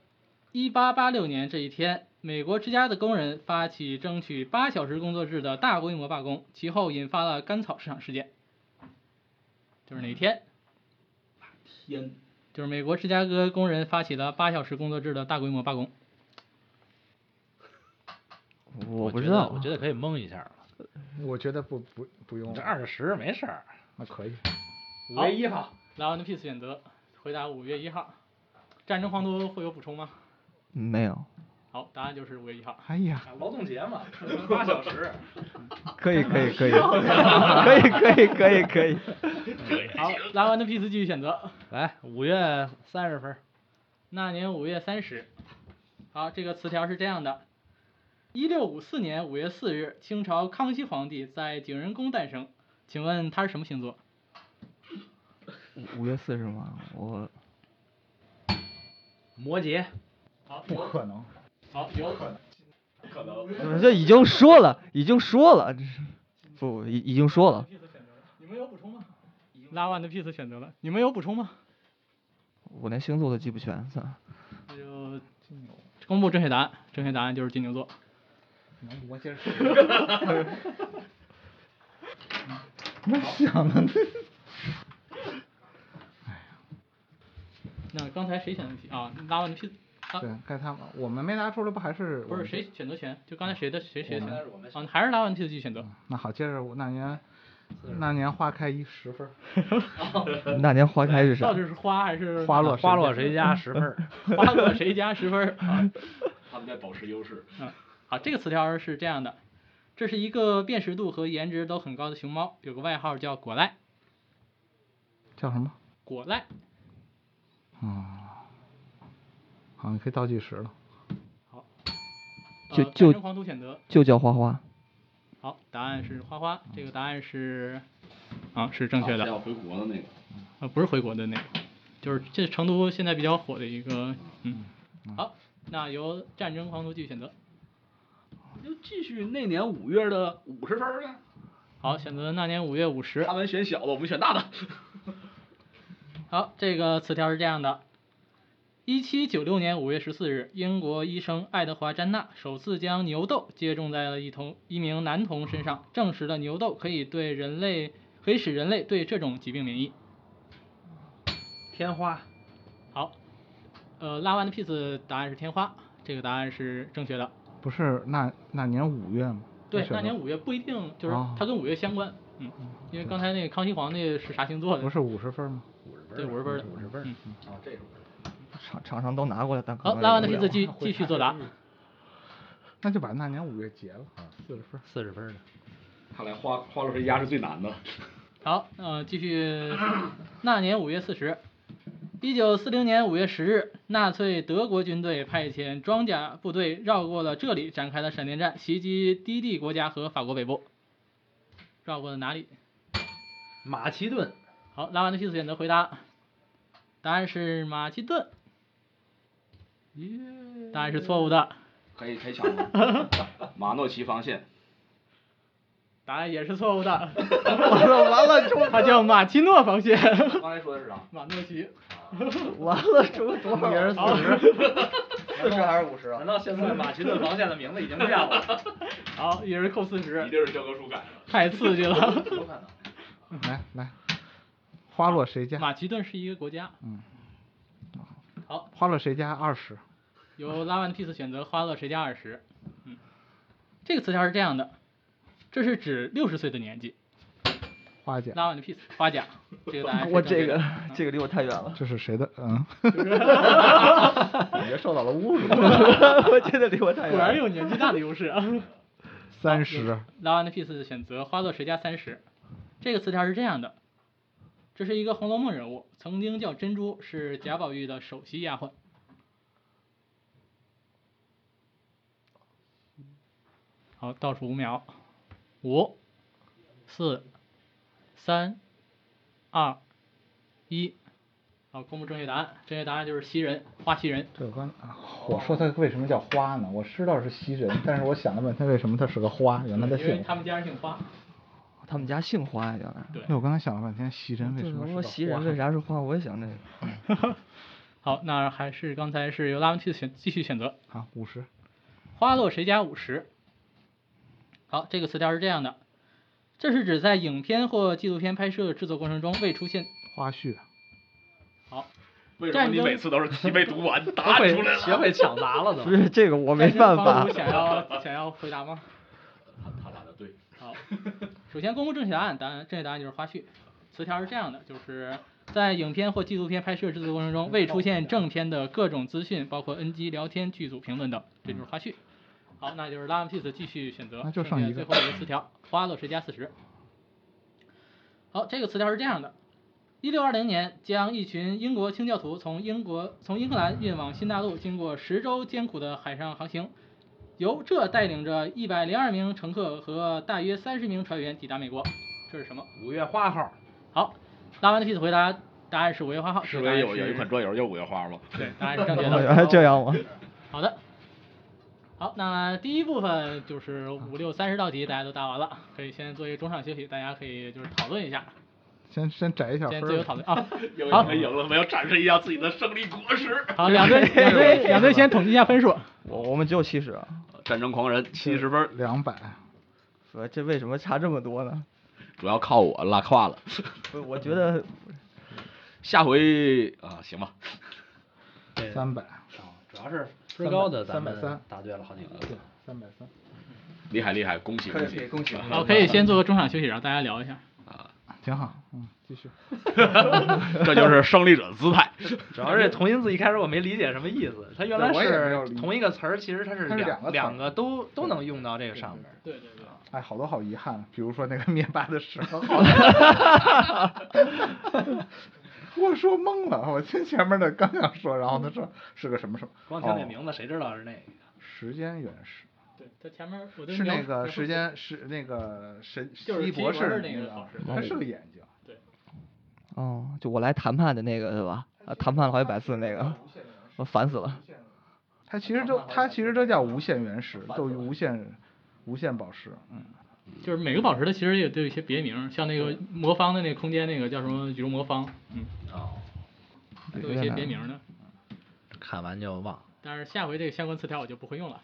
A: 一八八六年这一天，美国之家的工人发起争取八小时工作制的大规模罢工，其后引发了甘草市场事件。就是哪天？
E: 天，
A: 就是美国芝加哥工人发起了八小时工作制的大规模罢工。
D: 我不
B: 觉
D: 知
B: 得
D: 道
B: 我，觉得可以蒙一下了。
C: 我觉得不不不用
B: 这，二十没事儿，
C: 那可以。
B: 嗯五
A: 好
B: 月一号。
A: 拉文的 piece 选择回答五月一号。战争狂徒会有补充吗？[LAUGHS]
D: 没有，
A: 好，答案就是五月一号。
C: 哎呀，
B: 劳动节嘛， [LAUGHS] 八小 [LAUGHS] 时。
D: 可以可
A: [LAUGHS]
D: 以可以，可以可以可以可以，
A: 好，拉文的 piece 继续选择。
B: 来，五月三十分儿，
A: 那年五月三十，好，这个词条是这样的：一六五四年五月四日，清朝康熙皇帝在景仁宫诞生。请问他是什么星座？
D: [LAUGHS] 五五月四是吗？我
B: 摩羯。
A: 好，
C: 不可能，
A: 好，有可能。
E: 可能
D: 这已经说了，已经说了，这是不已已经说了，
A: 你们有补充吗？拉万的 piece 选择了，你们有补充吗？
D: 我连星座都记不全，操！
A: 那就呃公布正确答案，正确答案就是金牛 [LAUGHS] 座。
C: 能摩羯是？我想的
A: 那刚才谁选的题啊？拉万的 piece，
C: 对，该他们，我们没答出来，不还是我
A: 不是
C: 们？
A: 谁选择权？就刚才谁的谁谁的
B: 我
A: 选
B: 们
A: 择？啊，还是达文西的继续选择。
C: 那好，接着我那年，那年花开一十分儿，
D: 那年花开是啥
A: 到？底是啊 [LAUGHS] 花还是
C: 花落
B: 啊花
C: [LAUGHS]
B: 落谁家十分儿？
A: 花落谁家十分儿啊？
E: 他们在保持优势。
A: 嗯，好，这个词条儿是这样的，这是一个辨识度和颜值都很高的熊猫，有个外号叫果赖，
C: 叫什么？
A: 果赖。
C: 啊，好，你可以倒计时了。
A: 呃
D: 就
A: 战
D: 就
A: 争狂徒选择，
D: 就叫花花。
A: 好，答案是花花，这个答案是，啊，是正确
E: 啊
A: 的，
E: 要回国的那个，
A: 啊，不是回国的那个，就是这是成都现在比较火的一个，嗯，好，那由战争狂徒继续选择，
E: 就继续那年五月的五十分儿呗。
A: 好，选择那年五月五十，
E: 他们选小的，我们选大的。
A: 好，这个词条是这样的：一七九六年五月十四日，英国医生爱德华·詹纳首次将牛痘接种在了一童一名男童身上，证实了牛痘可以对人类可以使人类对这种疾病免疫。
B: 天花，
A: 好，呃，拉完的 piece 答案是天花，这个答案是正确的。
C: 不是那那年五月吗？我
A: 对，
C: 选
A: 那
C: 的
A: 年五月不一定就是
C: 哦
A: 它跟五月相关，嗯，因为刚才那个康熙皇帝是啥星座的？
C: 不是五十分吗？
A: 对，五十分的，
B: 五十分儿
A: 嗯。
E: 啊，这个
D: 厂厂商都拿过来，但可
A: 好，
D: 能
A: 拉完的
D: 也
A: piece
D: 用不了
A: 继继续作答。
C: 那就把那年五月结了，
E: 啊
C: 四十
D: [LAUGHS]
C: 分。
B: 四十分儿的。
E: 看来花花落谁家是最难的。
A: 好，呃，继续。那年五月四十，一九四零年五月十日，纳粹德国军队派遣装甲部队绕过了这里，展开了闪电战，袭击低地国家和法国北部。绕过了哪里？
B: 马其顿，
A: 好，拉完的系数选择回答，答案是马其顿，答案是错误的，
E: 可以可以抢了。 [LAUGHS] 马诺奇防线，
A: 答案也是错误 [LAUGHS] 的，
D: 我操，完了中
A: 它叫马奇诺防线， [LAUGHS]
E: 刚才说的是啥？
A: 马诺奇。
D: 完了中多少？也是
C: 啊 [LAUGHS]
D: 四十，四十还是五十啊？
B: 道现在马其顿防线的名字已经变
E: [LAUGHS]
B: 了？
A: 好，也是扣四十，
E: 定是教科书改的。
A: 太刺激了。
C: 嗯来来，花落谁家？
A: 马其顿是一个国家，
C: 嗯，
A: 好，
C: 花落谁家二十？
A: 由拉万 piece 选择花落谁家二十。嗯，这个词条是这样的，这是指六十岁的年纪。
C: 花姐，
A: 拉万的 piece 花甲，这个答案是
D: [LAUGHS] 我
A: 正确
D: 这个
A: 的
D: [LAUGHS] 这个离我太远了，
C: 这是谁的？嗯，
D: 感觉受到了侮
B: [LAUGHS]
D: 辱。我觉得离我
A: 果
D: 太远
A: 然
D: 了。
A: 有年纪大的优势
D: [LAUGHS]
A: 啊。
C: 三十。啊
A: 拉完的 piece 选择花落谁家三十。这个词条是这样的，这是一个《红楼梦》人物，曾经叫珍珠，是贾宝玉的首席丫鬟。好，倒数五秒，五、四、三、二、一。好，公布正确答案，正确答案就是袭人，花袭人。
C: 这个关啊，
D: 哦
C: 我说它为什么叫花呢？我知道是袭人，但是我想了半天，为什么它是个花？原来它
A: 因为
C: 姓
A: 他们家人姓花。
D: 他们家姓花呀，原来。
A: 对
C: 那我刚才想了半天，袭人为什
D: 对，
C: 么
D: 我
C: 是
D: 说
C: 个
D: 袭人为
C: 花？
D: 啥是花？我也想这个。
A: [LAUGHS] 好，那还是刚才是由拉文蒂选继续选择。
C: 好，五十。
A: 花落谁家五十。好，这个词条是这样的，这是指在影片或纪录片拍摄制作过程中未出现。
C: 花絮，
E: 为什么你
A: 战争
E: 每次都是题没读完，答案出来了？
B: 学会抢答了 [LAUGHS]
D: 不
B: 都。
D: 是 [LAUGHS] [LAUGHS] 这个，我没办法
A: 战争狂徒。想要 [LAUGHS] 想要回答吗？
E: 他他答的对，
A: 好，首先公布正确答案，答案正确答案就是花絮。词条是这样的，就是在影片或纪录片拍摄制作过程中未出现正片的各种资讯，包括 NG 聊天、剧组评论等，这就是花絮。好，那就是拉文 piece 继续选择，
C: 那就
A: 剩
C: 剩
A: 下
C: 一个
A: 最后一个词条，花落谁家四十。好，这个词条是这样的：一六二零年，将一群英国清教徒从英国从英格兰运往新大陆，经过十周艰苦的海上航行，由这带领着一百零二名乘客和大约三十名船员抵达美国。这是什么？
B: 五月花号，
A: 好，拉完的 piece 回答答案是五月花号。
E: 是
A: 这
E: 不
A: 个答
E: 是
A: 案
E: 有有一款
A: 是
E: 桌游叫五月花吗？ [LAUGHS]
A: 对，答案是正确
C: [LAUGHS]
D: 原来
C: 哎
A: 的。
D: 哎这样吗？
A: 好的。好，那第一部分就是五六三十道题，大家都答完了，可以先做一个中场休息，大家可以就是讨论一下，
C: 先先摘一下分
A: 先自由
C: 儿
A: 讨。
C: [LAUGHS]
A: 论啊。
E: 因为
A: 好
E: 你们赢了，我们要展示一下自己的胜利果实。
A: 好，两
C: [LAUGHS]
A: 队两队两队先统计一下分数。
D: 我我们只有七十，啊
E: 战争狂人七十分，
C: 两百，
D: 说这为什么差这么多呢？
E: 主要靠我拉胯了。
D: 不是，我觉得
E: 下回啊，行吧，
B: 对
C: 三百，
B: 主要考试
C: 300
B: 分高的，咱
C: 330
B: 们答对了好几个。
C: 对，三百三。
E: 厉害厉害，恭喜
D: 可以
E: 恭喜
D: 恭
E: [LAUGHS]
D: 喜
C: 嗯
A: 好，可以先做个中场休息，然后大家聊一下。
E: 啊！
C: 挺好，嗯，继续。
E: 这就是胜利者的姿态。
B: 主要是这同音字一开始我没理解什么意思，它原来
D: 对我也没有
B: 是
D: 理解
B: 同一个词儿，其实它是
C: 它是
B: 两
C: 两个词儿
B: 两个都都能用到这个上面。
A: 对对对。
C: 哎，好多好遗憾，比如说那个灭霸的时 [LAUGHS] 候，我说懵了，我听前面的刚想说，然后他说是个什么什么，
B: 光听这
C: 哦
B: 名字，谁知道是那个？
C: 时间远视
A: 对他前面我对
C: 是那
A: 描
C: 个
A: 描述
C: 时间是那个神
A: 就是
C: 奇异
A: 奇异
C: 博
A: 博士
C: 士
A: 那个
C: 啊
A: 老师
C: 他是个眼睛，
D: 哦，就我来谈判的那个对吧？啊，谈判了好几百次那个，我烦死了。
C: 他其实都他其实都叫无限原石，都无限无限宝石，嗯，
A: 就是每个宝石它其实也都有一些别名，像那个魔方的那个空间那个叫什么宇宙魔方，嗯，
B: 哦，
A: 它都有一些别名的。
B: 看完就忘。
A: 但是下回这个相关词条我就不会用了。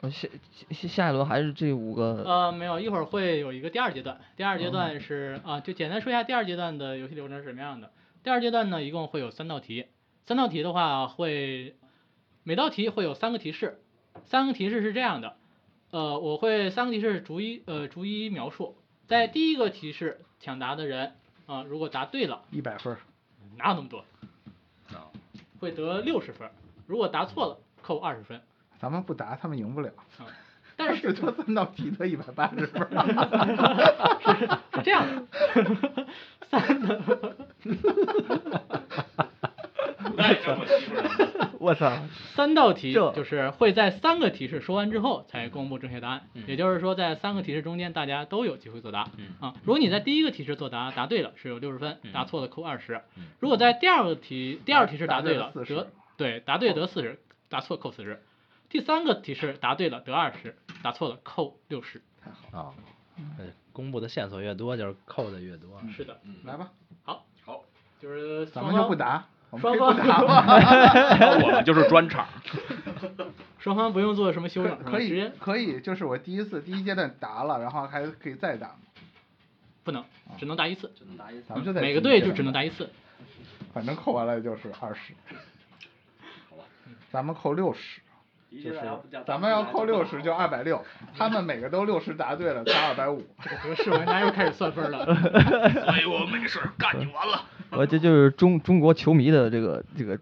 D: 我下下下一轮还是这五个，
A: 呃，没有，一会儿会有一个第二阶段。第二阶段是啊、就简单说一下第二阶段的游戏流程是什么样的。第二阶段呢，一共会有三道题。三道题的话会，每道题会有三个提示，三个提示是这样的，呃，我会三个提示逐一呃逐一描述。在第一个提示抢答的人啊、如果答对了，
C: 一百分儿，
A: 哪有那么多？
B: 哦
A: 会得六十分。如果答错了，扣二十分。
C: 咱们不答他们赢不了，
A: 但是
C: 是 [LAUGHS] 就三道题得一百八十分儿，
A: 是这样 [LAUGHS] 的，三的，
D: 啊我操！
A: 三道题
D: 这
A: 就是会在三个提示说完之后才公布正确答案，
B: 嗯
A: 也就是说在三个提示中间大家都有机会作答。
B: 嗯
A: 啊，如果你在第一个提示作答答对了是有六十分
B: 嗯，
A: 答错了扣二十
B: 嗯。
A: 如果在第二个题第二提示
C: 答
A: 答对
C: 对
A: 了
C: 了40
A: 得对答对得四十，答错扣四十。第三个提示答对了得二十，答错了扣六十。
B: 啊、呃公布的线索越多，就是扣的越多。
A: 是的，
C: 来吧，
E: 好，
A: 就是
C: 咱
A: 双
C: 们就
A: 方
C: 不答，我们
A: 双
C: 可以
A: 方
C: 不答吧，
E: 我们就是专场。
A: 双方不用做什么
C: [LAUGHS]
A: 修整，是吧
C: 可
A: 直
C: 以
A: 接
C: 可以，就是我第一次第一阶段答了，然后还可以再答，
A: 不能，只能答一次。
C: 咱们就在
A: 嗯每
C: 第
A: 个
C: 一
A: 队
C: 阶
A: 就
C: 段
A: 只能答一次，
C: 反正扣完了就是二十。咱们扣六十，就是咱们要扣六十就二百六，他们每个都六十答对了才二百五。
A: [LAUGHS] 这个试完大家又开始算分
C: [LAUGHS]
A: 了。
E: 所以哎我没事儿干就完了。
D: 我这就是中中国球迷的这个这个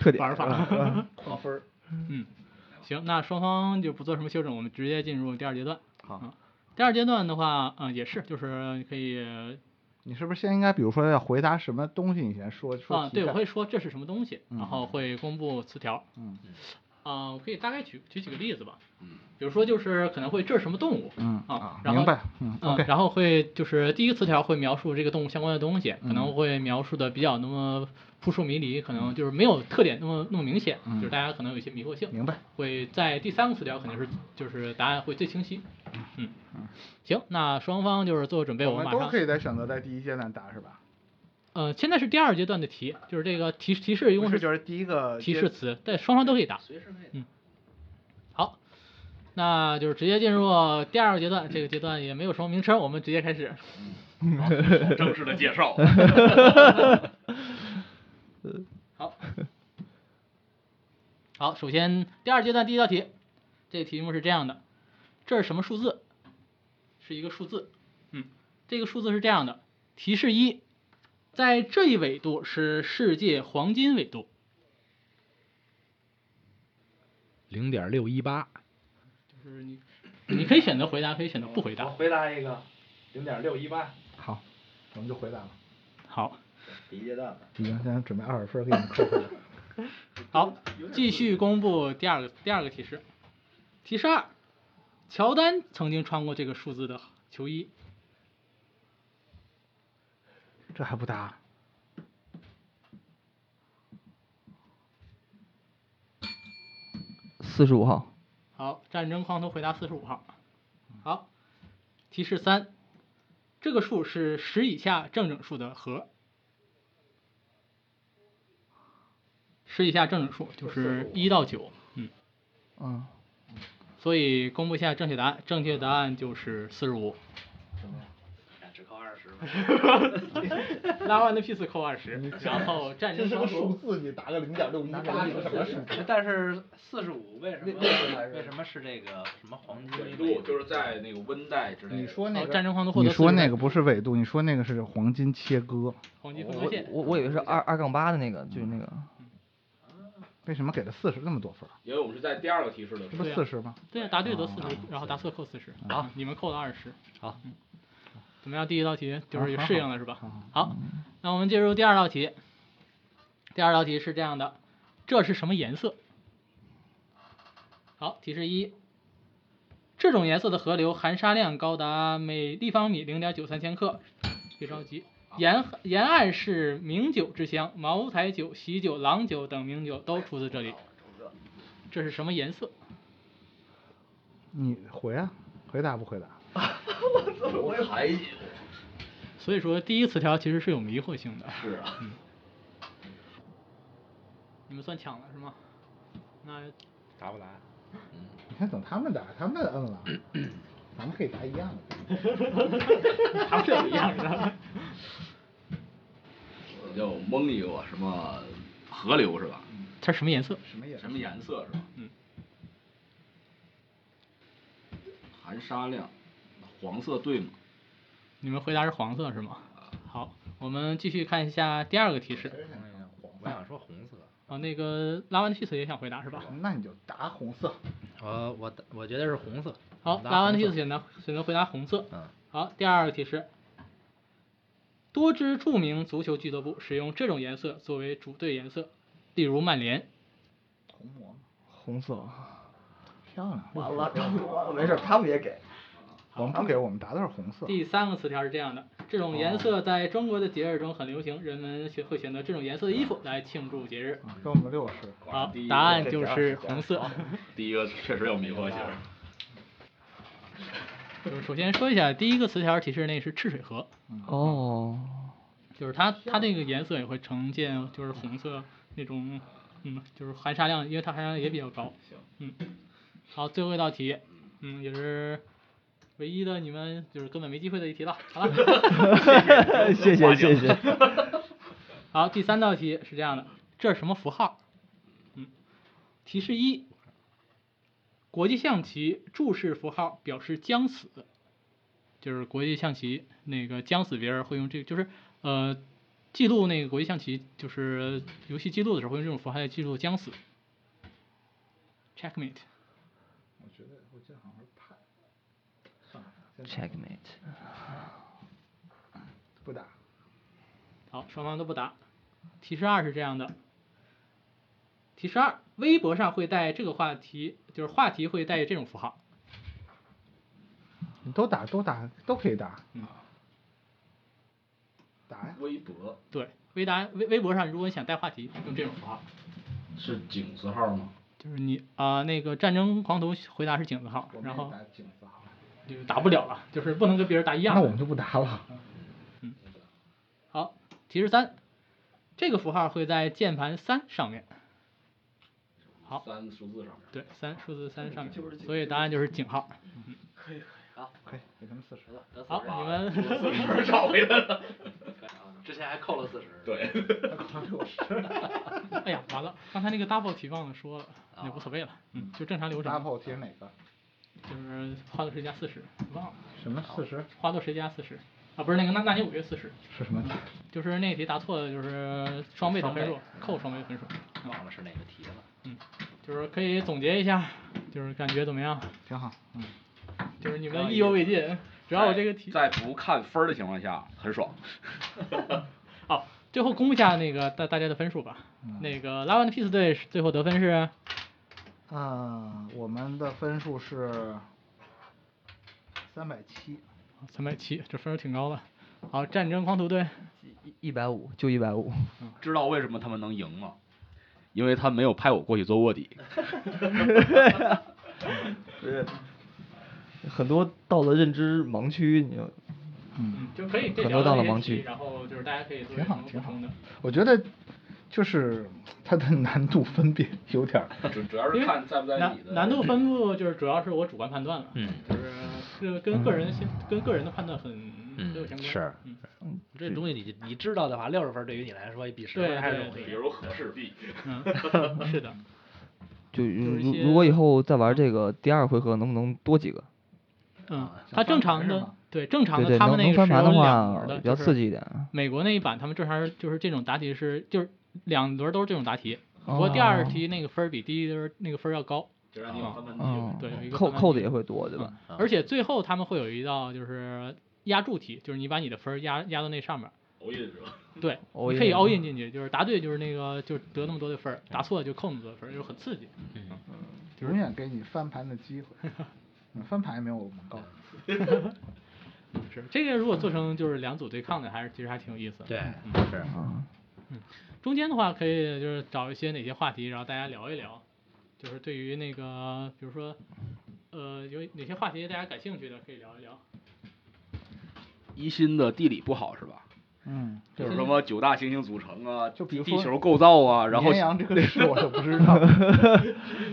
D: 特点
A: 玩法
C: [LAUGHS]
D: 嗯
C: 狂分儿，
A: 嗯，行，那双方就不做什么修整，我们直接进入第二阶段。
D: 好
A: 嗯第二阶段的话，嗯、也是，就是你可以
C: 你是不是先应该，比如说要回答什么东西，你先说说
A: 啊，
C: 题
A: 对，我
C: 干
A: 会说这是什么东西，然
C: 嗯
A: 后会公布词条。
C: 嗯
A: 啊、我可以大概举举几个例子吧。
E: 嗯，
A: 比如说就是可能会这是什么动物，
C: 嗯
A: 啊
C: 啊，
A: 然后
C: 明白，嗯
A: 嗯
C: ，OK，
A: 然后会就是第一个词条会描述这个动物相关的东西，可能
C: 嗯
A: 会描述的比较那么扑朔迷离，可能就是没有特点那么那么明显，
C: 嗯
A: 就是大家可能有一些迷惑性。
C: 明白。
A: 会在第三个词条肯定是就是答案会最清晰。嗯，行，那双方就是做准备，
C: 我
A: 们
C: 们
A: 马
C: 都
A: 上
C: 可以在选择在第一阶段答是吧？
A: 呃，现在是第二阶段的题，就是这个提提示一
C: 不
A: 共
C: 是
A: 是
C: 就是第一个
A: 提
C: 阶
A: 示词，但双方都可以答。嗯
B: 随时可以。
A: 好，那就是直接进入第二个阶段，这个阶段也没有什么名称，我们直接开始。
E: 正式的介绍，
A: 好， [LAUGHS] 好，首先第二阶段第一道题，这个题目是这样的，这是什么数字？是一个数字，嗯，这个数字是这样的，提示一，在这一纬度是世界黄金纬度，
B: 零点六一八。
A: 就是你，你可以选择回答，可以选择不回答。
B: 回答一个，零点六一八。
C: 好，我们就回答了。
A: 好，
B: 第一阶段
C: 已经先准备二十分儿给你们扣回来。
A: 好，继续公布第二个第二个提示，提示二，乔丹曾经穿过这个数字的球衣，
C: 这还不答？
D: 四十五号。
A: 好，战争框头回答四十五号。好，提示三，这个数是十以下正整数的和。十以下正整数就是一到九，嗯，
C: 嗯，
A: 所以公布一下正确答案，正确答案就是四十五。
B: 哎只扣二十分。
A: 拉完的 piece 扣二十，然后战
C: 这
A: 争
C: 是个
A: 双
C: 数
A: 数
C: 字，你打个零点六一八，是个什么数？
B: 但是四十五为什么
C: 那
B: 为什么是这个什么黄金
E: 纬度就是在那个温带之类的。
C: 你说那
A: 哦
C: 个
A: 战争狂徒获
C: 你
A: 得
C: 说
A: 40
C: 那个不是纬度，你说那个是黄金切割，
A: 黄金分割
D: 我
A: 线，
D: 我我以为是二二杠八的那个，就是那个
C: 为什么给了四十那么多分儿？
E: 因为我们是在第二个提示的时
C: 这不
E: 候，
A: 对啊
C: 四十吗？
A: 对啊，答对得四
C: 啊
A: 十，然后达斯克扣四十，
B: 好，
A: 你们扣了二十，
B: 好
A: 嗯，怎么样？第一道题就是
C: 啊
A: 适应了是吧？好，那我们进入第二道题，第二道题是这样的，这是什么颜色？好，提示一，这种颜色的河流含沙量高达每立方米零点九三千克，别着急。沿沿岸是名酒之乡，茅台酒、喜酒、郎酒等名酒都出自这里。这是什么颜色？
C: 你回啊，回答不回 [LAUGHS] 答？
E: 我还
A: 所以说，第一词条其实是有迷惑性的。嗯
E: 是啊，
A: 你们算抢了是吗？那
B: 答不答？
C: 你看，等他们答，他们摁了，咱们可以答一样 [LAUGHS] 的。
A: 他们是一样的。
E: [LAUGHS] 我就蒙一个什么河流是吧？
A: 它是什么颜色？
C: 什么颜色
E: 什？么颜色是吧？
A: 嗯，
E: 含沙量，黄色对吗？
A: 你们回答是黄色是吗？好，我们继续看一下第二个提示。
B: 我想说红色。
A: 哦，那个拉完的 piece 也想回答是吧？
C: 那你就答红色。
B: 呃我我我觉得是红色。
A: 好，
B: 答
A: 拉完的
B: 红
A: piece
B: 色
A: 选择选择回答红色。
B: 嗯，
A: 好，第二个提示。多支著名足球俱乐部使用这种颜色作为主队颜色，例如曼联。
C: 红魔，
D: 红色。
C: 漂亮。
D: 完
C: [LAUGHS]
D: 了，完了，没事，他们也给。
C: 我们不给，我们答的是红色。
A: 第三个词条是这样的：这种颜色在中国的节日中很流行，人们选会选择这种颜色的衣服来庆祝节日。
C: 啊，给我们六十。
A: 好
E: 第一，
A: 答案
E: 个
A: 就是红色。
E: 啊第一个确实有迷惑性。
A: [LAUGHS] 就是首先说一下，第一个词条提示那是赤水河，
C: 嗯
D: 哦，
A: 就是它它那个颜色也会呈现就是红色那种，嗯，就是含沙量，因为它含沙量也比较高。嗯，好，最后一道题，嗯，也是唯一的你们就是根本没机会的一题了。好 [LAUGHS] 了。
D: [LAUGHS] 谢谢谢谢。
A: 好，第三道题是这样的，这是什么符号？嗯，提示一，国际象棋注释符号表示将死，就是国际象棋那个将死别人会用这个，就是呃记录那个国际象棋就是游戏记录的时候会用这种符号来记录将死。Checkmate，
C: 我觉得，我记得好像是派。算了，先
D: Checkmate。
C: 不打。
A: 好，双方都不答。提示二是这样的，提示二，微博上会带这个话题，就是话题会带这种符号。
C: 你都打，都打，都可以打。
A: 嗯
C: 打呀。
E: [LAUGHS] 微博
A: 对，微达微微博上，如果你想带话题，用这种符号，
E: 是井字号吗？
A: 就是你啊、那个战争狂徒回答是井字号，然后
C: 井字号。
A: 就答不了了，就是不能跟别人答一样
C: 那我
A: 的。
C: 们就不答了。
A: 好，提示三，这个符号会在键盘三上面，好
E: 三数字上面。
A: 对，三数字三上面，所以答案就是井号。
C: 可以，给他
A: [LAUGHS]
C: 们四十。
B: 啊
A: 好，你们
E: 四十找回来了。
B: 之前还扣了四十。
E: [LAUGHS] 对，
C: [LAUGHS]
A: [LAUGHS] 哎呀，完了，刚才那个 double 题忘了说了，也无所谓了，嗯，就正常流
C: 打
A: 程，
C: 炮贴哪个？
A: 就是花落谁家四十，忘了，
C: 什么四十？
A: 花落谁家四十，啊，不是那个那那年五月四十。
C: 是什么题？
A: 就是那题答错了，就是双倍的分数，扣双倍的分数。
B: 忘了是哪个题了。
A: 嗯，就是可以总结一下，就是感觉怎么样？
C: 挺好。嗯。
A: 就是你们意犹未尽，主要我这个题。
E: 啊在不看分儿的情况下，很爽。
A: 哦，最后公布一下那个大大家的分数吧。那个拉完的 Peace 队是最后得分是
C: 啊，我们的分数是三百七，
A: 三百七，这分数挺高的。好，战争狂徒队，
D: 一一百五就一百五，
A: 嗯
E: 知道为什么他们能赢吗？因为他没有派我过去做卧底。
A: [LAUGHS]
D: 很多到了认知盲区，你就
A: 嗯，就可以这
D: 很
A: 聊
D: 多
A: 到
D: 到
A: 这些
D: 了盲
A: 题
D: 区
A: 然后就是大家可以做
C: 挺好
A: 什么
C: 挺
A: 补
C: 好
A: 充的。
C: 我觉得就是它的难度分别有点儿，
E: [LAUGHS] 主主要
A: 因
E: 是
A: 为
E: 看在不在
A: 难
E: 你的
A: 难度分布就是主要是我主观判断了，
B: 嗯
A: 就是是跟个人的心跟个人的判断很很有
B: 嗯
A: 相，关。
B: 是，
A: 嗯，
B: 这东西你你知道的话，六十分对于你来说比十
A: 对
B: 分还
A: 对
B: 容易。
E: 比如和氏璧，
A: 嗯，是的，
D: 就
A: 有一
D: 如
A: 些
D: 如果以后再玩这个第二回合，能不能多几个？
A: 嗯，
E: 啊
A: 他正
C: 像翻盘
A: 常
C: 是
A: 的
C: 吗，
A: 对正常
D: 对
A: 的，
D: 对，
A: 他
D: 能
A: 们那
D: 能
A: 个
D: 翻
A: 是
D: 盘
A: 有两轮
D: 话
A: 儿的，
D: 比较
A: 就
D: 刺
A: 是
D: 激一点。
A: 美国那一版他们正常是就是这种答题是就是两轮儿都是这种答题，不过第二
D: 哦
A: 题那个分儿比第一轮儿那个分儿要高。
E: 就让你往翻盘
D: 哦
E: 题。，
A: 对有一个
D: 扣
A: 翻盘嗯
D: 扣
A: 题
D: 的也会多，对吧？
B: 啊
A: 而且最后他们会有一道就是压注题，就是你把你的分儿压压到那上面儿，
E: 熬夜是吧？
A: 对，
D: all
A: 你可以
D: in
A: all in 进去，就是答对就是那个就是得那么多的分儿，答错就扣那么多分儿，就是很刺激。
B: 嗯
C: 永远给你翻盘的机 [LAUGHS] 会。嗯翻盘也没有我们高。
A: 是这个如果做成就是两组对抗的，还是其实还挺有意思的。
B: 对
A: 嗯，
B: 是
D: 啊，
A: 中间的话可以就是找一些哪些话题，然后大家聊一聊，就是对于那个比如说。呃，有哪些话题大家感兴趣的可以聊一聊？
E: 一心的地理不好是吧？
C: 嗯，
E: 就是什么九大行星组成啊，
C: 就比如
E: 地
C: 说
E: 球构造啊，然后
C: 绵阳这个市我就不知 [LAUGHS] 道。
E: 火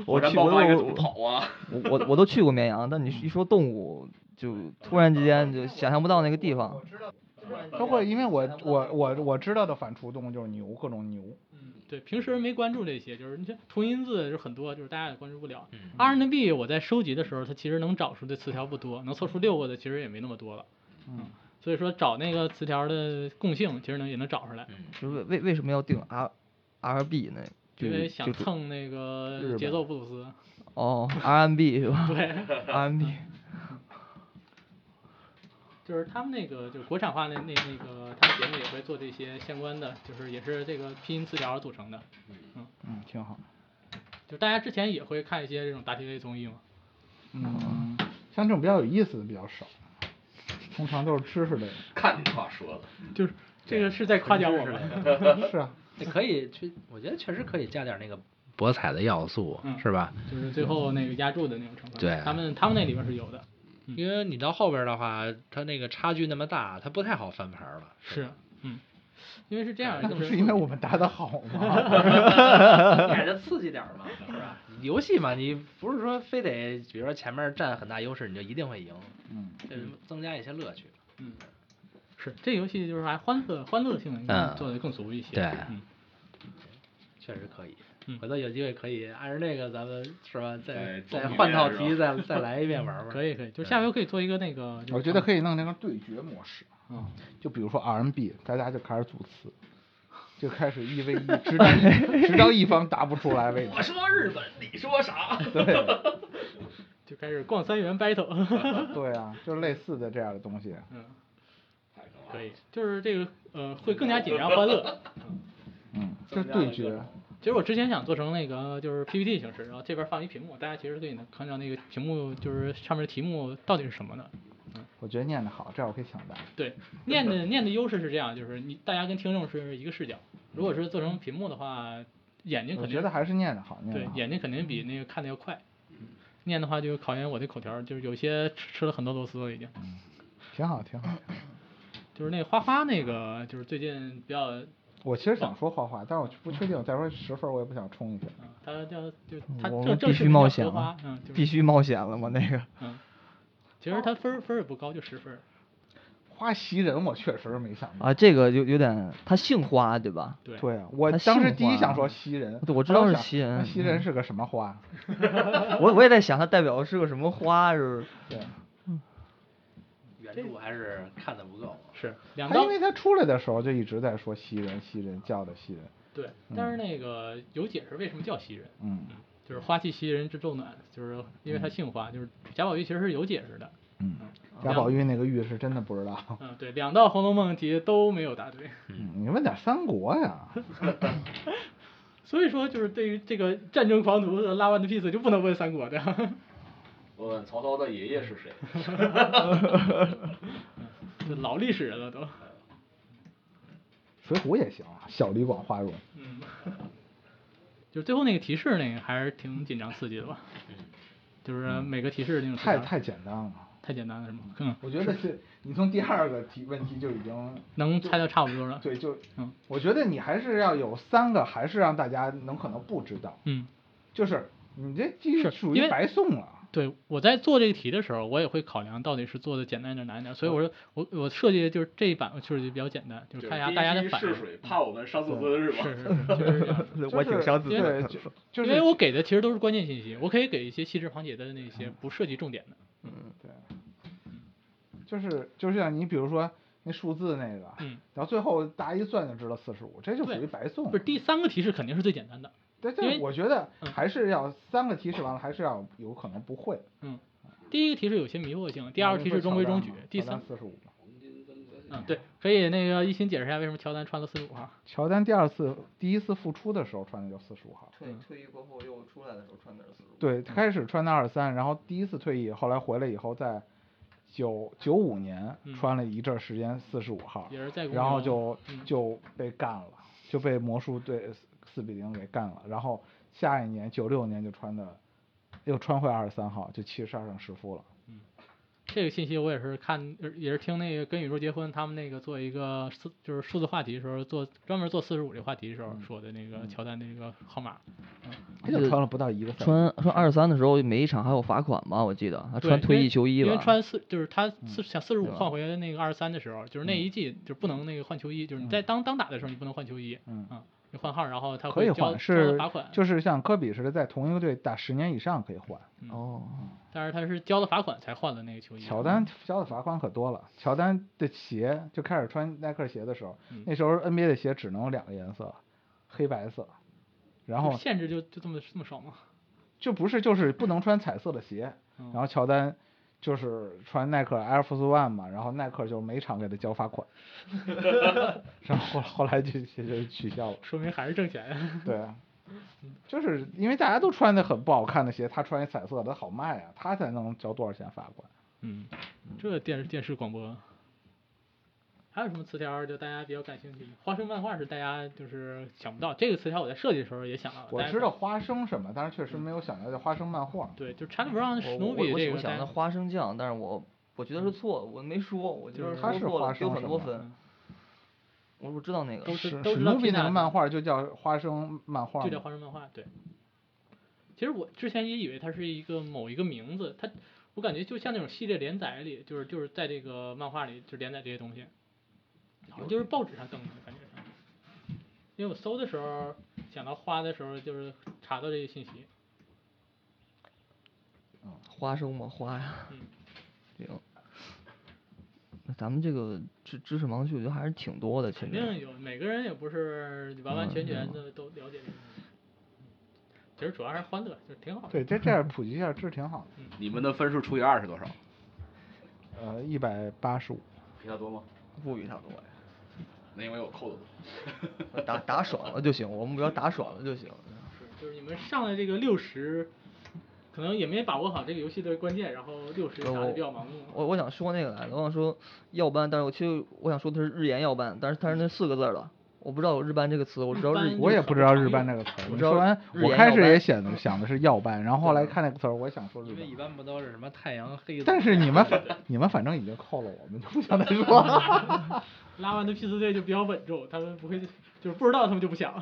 D: 我
E: 山
D: 去
E: 爆
D: 我
E: 发应该
D: 都
E: 怎么跑啊？
D: 我我我都去过绵阳，但你一说动物，就突然之间就想象不到那个地方。
C: 包括因为我我我我知道的反刍动物就是牛，各种牛。
A: 嗯，对，平时没关注这些，就是你这同音字就很多，就是大家也关注不了。
B: 嗯
A: R&B 我在收集的时候，它其实能找出的词条不多，能凑出六个的其实也没那么多了。
C: 嗯，
A: 所以说找那个词条的共性，其实能也能找出来，
B: 嗯
D: 就为为为什么要定 R R B 呢？就
A: 因为
D: 是
A: 想
D: 就主
A: 蹭那个
C: 本
A: 节奏布鲁斯。
D: 哦 R N B 是吧
A: [LAUGHS] 对，
D: ？R N B
A: 就是他们那个就是国产化那那那个，他们节目也会做这些相关的，就是也是这个拼音词条组成的。
C: 嗯，挺好。
A: 就大家之前也会看一些这种答题类综艺嘛。
C: 嗯，像这种比较有意思的比较少，通常都是知 [LAUGHS] 识类
E: 看你话说的，
A: 就是这个是在夸奖我们。
C: 的。是 [LAUGHS] 啊，
B: 那可以去，我觉得确实可以加点那个博彩的要素，
A: 嗯
B: 是吧？
A: 就是最后那个压住的那种成分。
B: 对
A: 他们他们那里边是有的。嗯
B: 因为你到后边的话，它那个差距那么大，它不太好翻盘了。吧
A: 是，嗯，因为是这样，
C: 那
A: 就
C: 不是因为我们答的好吗？ [LAUGHS]
B: 你给它刺激点儿嘛，是吧？ [LAUGHS] 游戏嘛，你不是说非得，比如说前面占很大优势，你就一定会赢，
C: 嗯，
B: 这增加一些乐趣。
A: 嗯，是这游戏就是还欢乐欢乐性
B: 嗯
A: 做的更足一些。
B: 对
A: 嗯，
B: 确实可以
A: 嗯，
B: 回头有机会可以按照这个，咱们是吧？再
E: 对
B: 再
E: 总体
B: 换套
E: 面是
B: 题，再再来一
A: [LAUGHS]
B: 遍玩玩。
A: 可以可以，就是下回可以做一个那个，就是
C: 我觉得可以弄那个对决模式，
A: 嗯，
C: 就比如说 RMB，大家就开始组词，就开始一 v 一，直到直到一方答不出来为
E: 我
C: 止。 [LAUGHS]
E: 说日本，你说 [LAUGHS] 啥？
A: 就开始逛三元
C: [LAUGHS]
A: battle。
C: 对啊，就是类似的这样的东西。
A: 嗯，可以，就是这个呃会更加紧张欢
C: [LAUGHS]
A: 乐。
C: 嗯，就是对决。
A: 其实我之前想做成那个就是 PPT 形式，然后这边放一屏幕，大家其实可以能看到那个屏幕就是上面的题目到底是什么的。
C: 我觉得念的好，这样我可以抢答。
A: 对，念的念的优势是这样，就是你大家跟听众是一个视角，如果是做成屏幕的话，眼睛
C: 我
A: 肯
C: 觉
A: 定
C: 得还是念的好，念
A: 对
C: 的好。嗯
A: 眼睛肯定比那个看的要快。念的话就考验我的口条，就是有些吃吃了很多螺丝了已经。
C: 挺好，挺好。
A: 就是那个花花那个，就是最近比较，呃
C: 我其实想说画画，但是我不确定，再说十分我也不想冲一下。
A: 啊他叫就他
D: 嗯我
A: 正
D: 们
A: 正式
D: 必须
A: 名
D: 冒
A: 叫
D: 险
A: 荷花
D: 了，
A: 嗯，就是
D: 必须冒险了吗？那个
A: 嗯，其实他分儿分儿也不高，就十分儿。
C: 花袭人我确实没想到。
D: 啊，这个有有点，他姓花对吧？
A: 对，
C: 对啊，我
D: 它
C: 当时
D: 杏
C: 第一
D: 花啊
C: 想说袭人，
D: 对我知
C: 后
D: 道
C: 来
D: 是
C: 想
D: 袭人
C: 那袭人
D: 嗯
C: 是个什么花？
D: 我我也在想，它代表的是个什么花？是不是？
C: 对，
B: 原著还是看的不够。
A: 是两
C: 他
A: 道
C: 因为他出来的时候就一直在说袭人，袭人叫的袭人，
A: 对，但是那个有解释为什么叫袭人。
C: 嗯
A: 就是花气袭人之昼暖，就是因为他姓花，就是贾宝玉其实是有解释的。
C: 嗯，贾宝玉那个玉是真的不知道，
A: 嗯，对，两道《红楼梦》题都没有答对，
C: 嗯，你问点三国呀，
A: 所以说就是对于这个战争狂徒的拉万的 piece 就不能问三国的。
E: 问问曹操的爷爷是谁？
A: 这老历史人了都。
C: 水浒也行，小李广花荣，
A: 嗯，就是最后那个提示那个还是挺紧张刺激的吧？嗯就是每个提示那种
C: 嗯太
A: 词条
C: 太简单了。
A: 太简单了是吗？嗯，
C: 我觉得是，你从第二个题问题就已经，
A: 能猜到差不多了。
C: 对，就
A: 嗯，
C: 我觉得你还是要有三个，还是让大家能可能不知道，
A: 嗯，
C: 就是你这基
A: 是
C: 嗯属
A: 因
C: 于
A: 为
C: 白送了，
A: 对我在做这个题的时候，我也会考量到底是做的简单一点难一点，所
C: 嗯
A: 以我说我我设计的就是这一版我确实就比较简单，就是看一下大家的反
E: 试
A: 应。嗯
E: 水，怕我们上自尊是吧？
A: 是是是，就是这样。
C: [LAUGHS]
D: 我挺想自
A: 因为
D: 尊
C: 对，
D: [LAUGHS] 的。
C: 就就
A: 因为
C: 是
A: 我给的其实都是关键信息，我可以给一些细枝旁节的那些不涉及重点的。
D: 嗯
C: 就是就是像你比如说那数字那个，
A: 嗯，
C: 然后最后大家一算就知道四十五，这就属
A: 对
C: 于白送了。
A: 不是第三个题是肯定是最简单的，
C: 但
A: 因为
C: 但我觉得
A: 嗯
C: 还是要三个提示完了，还是要有可能不会。
A: 嗯第一个题是有些迷惑性，第二个题是中规中
C: 哦
A: 矩，第三，
C: 四十五嘛。
A: 嗯对，可以那个一心解释一下为什么乔丹穿了四十五号。
C: 乔丹第二次、第一次复出的时候穿的就四十五号，
D: 退退役过后又出来的时候穿的是四十五。
C: 对，开始穿的二三，然后第一次退役，后来回来以后，在九九五年
A: 嗯
C: 穿了一阵儿时间四十五号，
A: 也是在公
C: 然后
A: 牛
C: 就
A: 嗯
C: 就被干了，就被魔术队四比零给干了，然后下一年九六年就穿的又穿回二十三号，就七十二胜十负了。
A: 这个信息我也是看，呃也是听那个《跟宇宙结婚》他们那个做一个数，就是数字话题的时候做专门做四十五这话题的时候
C: 嗯
A: 说的那个乔丹那个号码，
C: 他就穿了不到一个赛季，
D: 穿穿二十三的时候，每一场还有罚款吧？我记得还
A: 对
D: 穿退
A: 因
D: 役
A: 为
D: 球衣
A: 因
D: 吧。
A: 为穿四就是他
C: 嗯
A: 四想四十五
D: 对吧
A: 换回那个二十三的时候，就是那一季就是不能那个换球衣，就是你在当当打的时候你不能换球衣，
C: 嗯
A: 啊，你换号然后他
C: 可
A: 会交
C: 以换，
A: 交了
C: 是
A: 罚款，
C: 就是像科比似的，在同一个队打十年以上可以换。
D: 哦，
A: 但是他是交了罚款才换的那个球衣。嗯
C: 乔丹交的罚款可多了，乔丹的鞋就开始穿耐克鞋的时候，
A: 嗯
C: 那时候 NBA 的鞋只能有两个颜色，黑白色，然后
A: 限制就就这么这么少吗？
C: 就不是就是不能穿彩色的鞋，
A: 嗯
C: 然后乔丹就是穿耐克 Air Force One 嘛，然后耐克就每场给他交
A: [LAUGHS]
C: 罚款，然后后来就就就取消了。
A: 说明还是挣钱。
C: 对，啊
A: [LAUGHS]
C: 就是因为大家都穿的很不好看的鞋，他穿一彩色的好卖啊，他才能交多少钱罚款？
A: 嗯，这电视电视广播，还有什么词条儿就大家比较感兴趣？花生漫画是大家就是想不到，这个词条我在设计的时候也想到了。
C: 我
A: 大家
C: 知
A: 可
C: 道花生什么，但是确实没有想到叫花生漫画。
A: 对，就 Charlie Brown 史
D: 我
A: 努
D: 我
A: 比
D: 我
A: 这
D: 我
A: 个嗯大
D: 想
A: 家
D: 的花生酱，但是我我觉得是错，我没说，我觉
A: 就
D: 得
A: 是
C: 它是
D: 说错
C: 花
D: 了，
C: 生
D: 丢很
C: 什
D: 多
C: 么
D: 分。我我知道那个
A: 都知
C: 史
A: 都
C: 史
A: 知道
C: 努比那
A: Peanut
C: 个漫画就叫花生漫画
A: 就叫
C: 嘛，
A: 花生漫画。对，其实我之前也以为它是一个某一个名字，它我感觉就像那种系列连载里，就是就是在这个漫画里就连载这些东西，好像就是报纸上登的感觉上。因为我搜的时候想到花的时候，就是查到这些信息。
D: 花生吗？花呀
A: 嗯。
D: 行。那咱们这个知知识盲区，我觉得还是挺多的，其
A: 肯
D: 实。
A: 定有，每个人也不是完完全全的都了解这个。其实主要还是欢乐，就是挺好的。嗯
C: 对，这这样普及一下，这挺好的。
E: [LAUGHS] 你们的分数除以二是多少？
C: 呃，一百八十五，
E: 比他多吗？
D: 不比他多呀，
E: 那因为我扣的多。
D: 打打爽了就行，我目标打爽了就行。
A: 是就是你们上来这个六十，可能也没把握好这个游戏的关键，然后六十
D: 呃
A: 打的
D: 我
A: 比较盲目。
D: 我我想说那个来着，我想说耀斑，但是我其实我想说的是日研耀斑，但是它是那四个字儿的，我不知道有日斑这个词，我知道
A: 日
D: 日
A: 斑
C: 我也不知道日班这个词儿。
D: 我
C: 你
D: 知道
C: 说完，
D: 日
C: 我
D: 研
C: 开
D: 耀
C: 始也
D: 斑
C: 想着想的是耀班，然后后来看那个词儿，我也想说日
B: 因为一
C: 班。
B: 般不都是什么太阳黑子？
C: 但是你们反你们反正已经扣了，我们就不想再说了。 [LAUGHS]
A: 拉完的 P 四队就比较稳重，他们不会就是不知道他们就不 [LAUGHS] 想，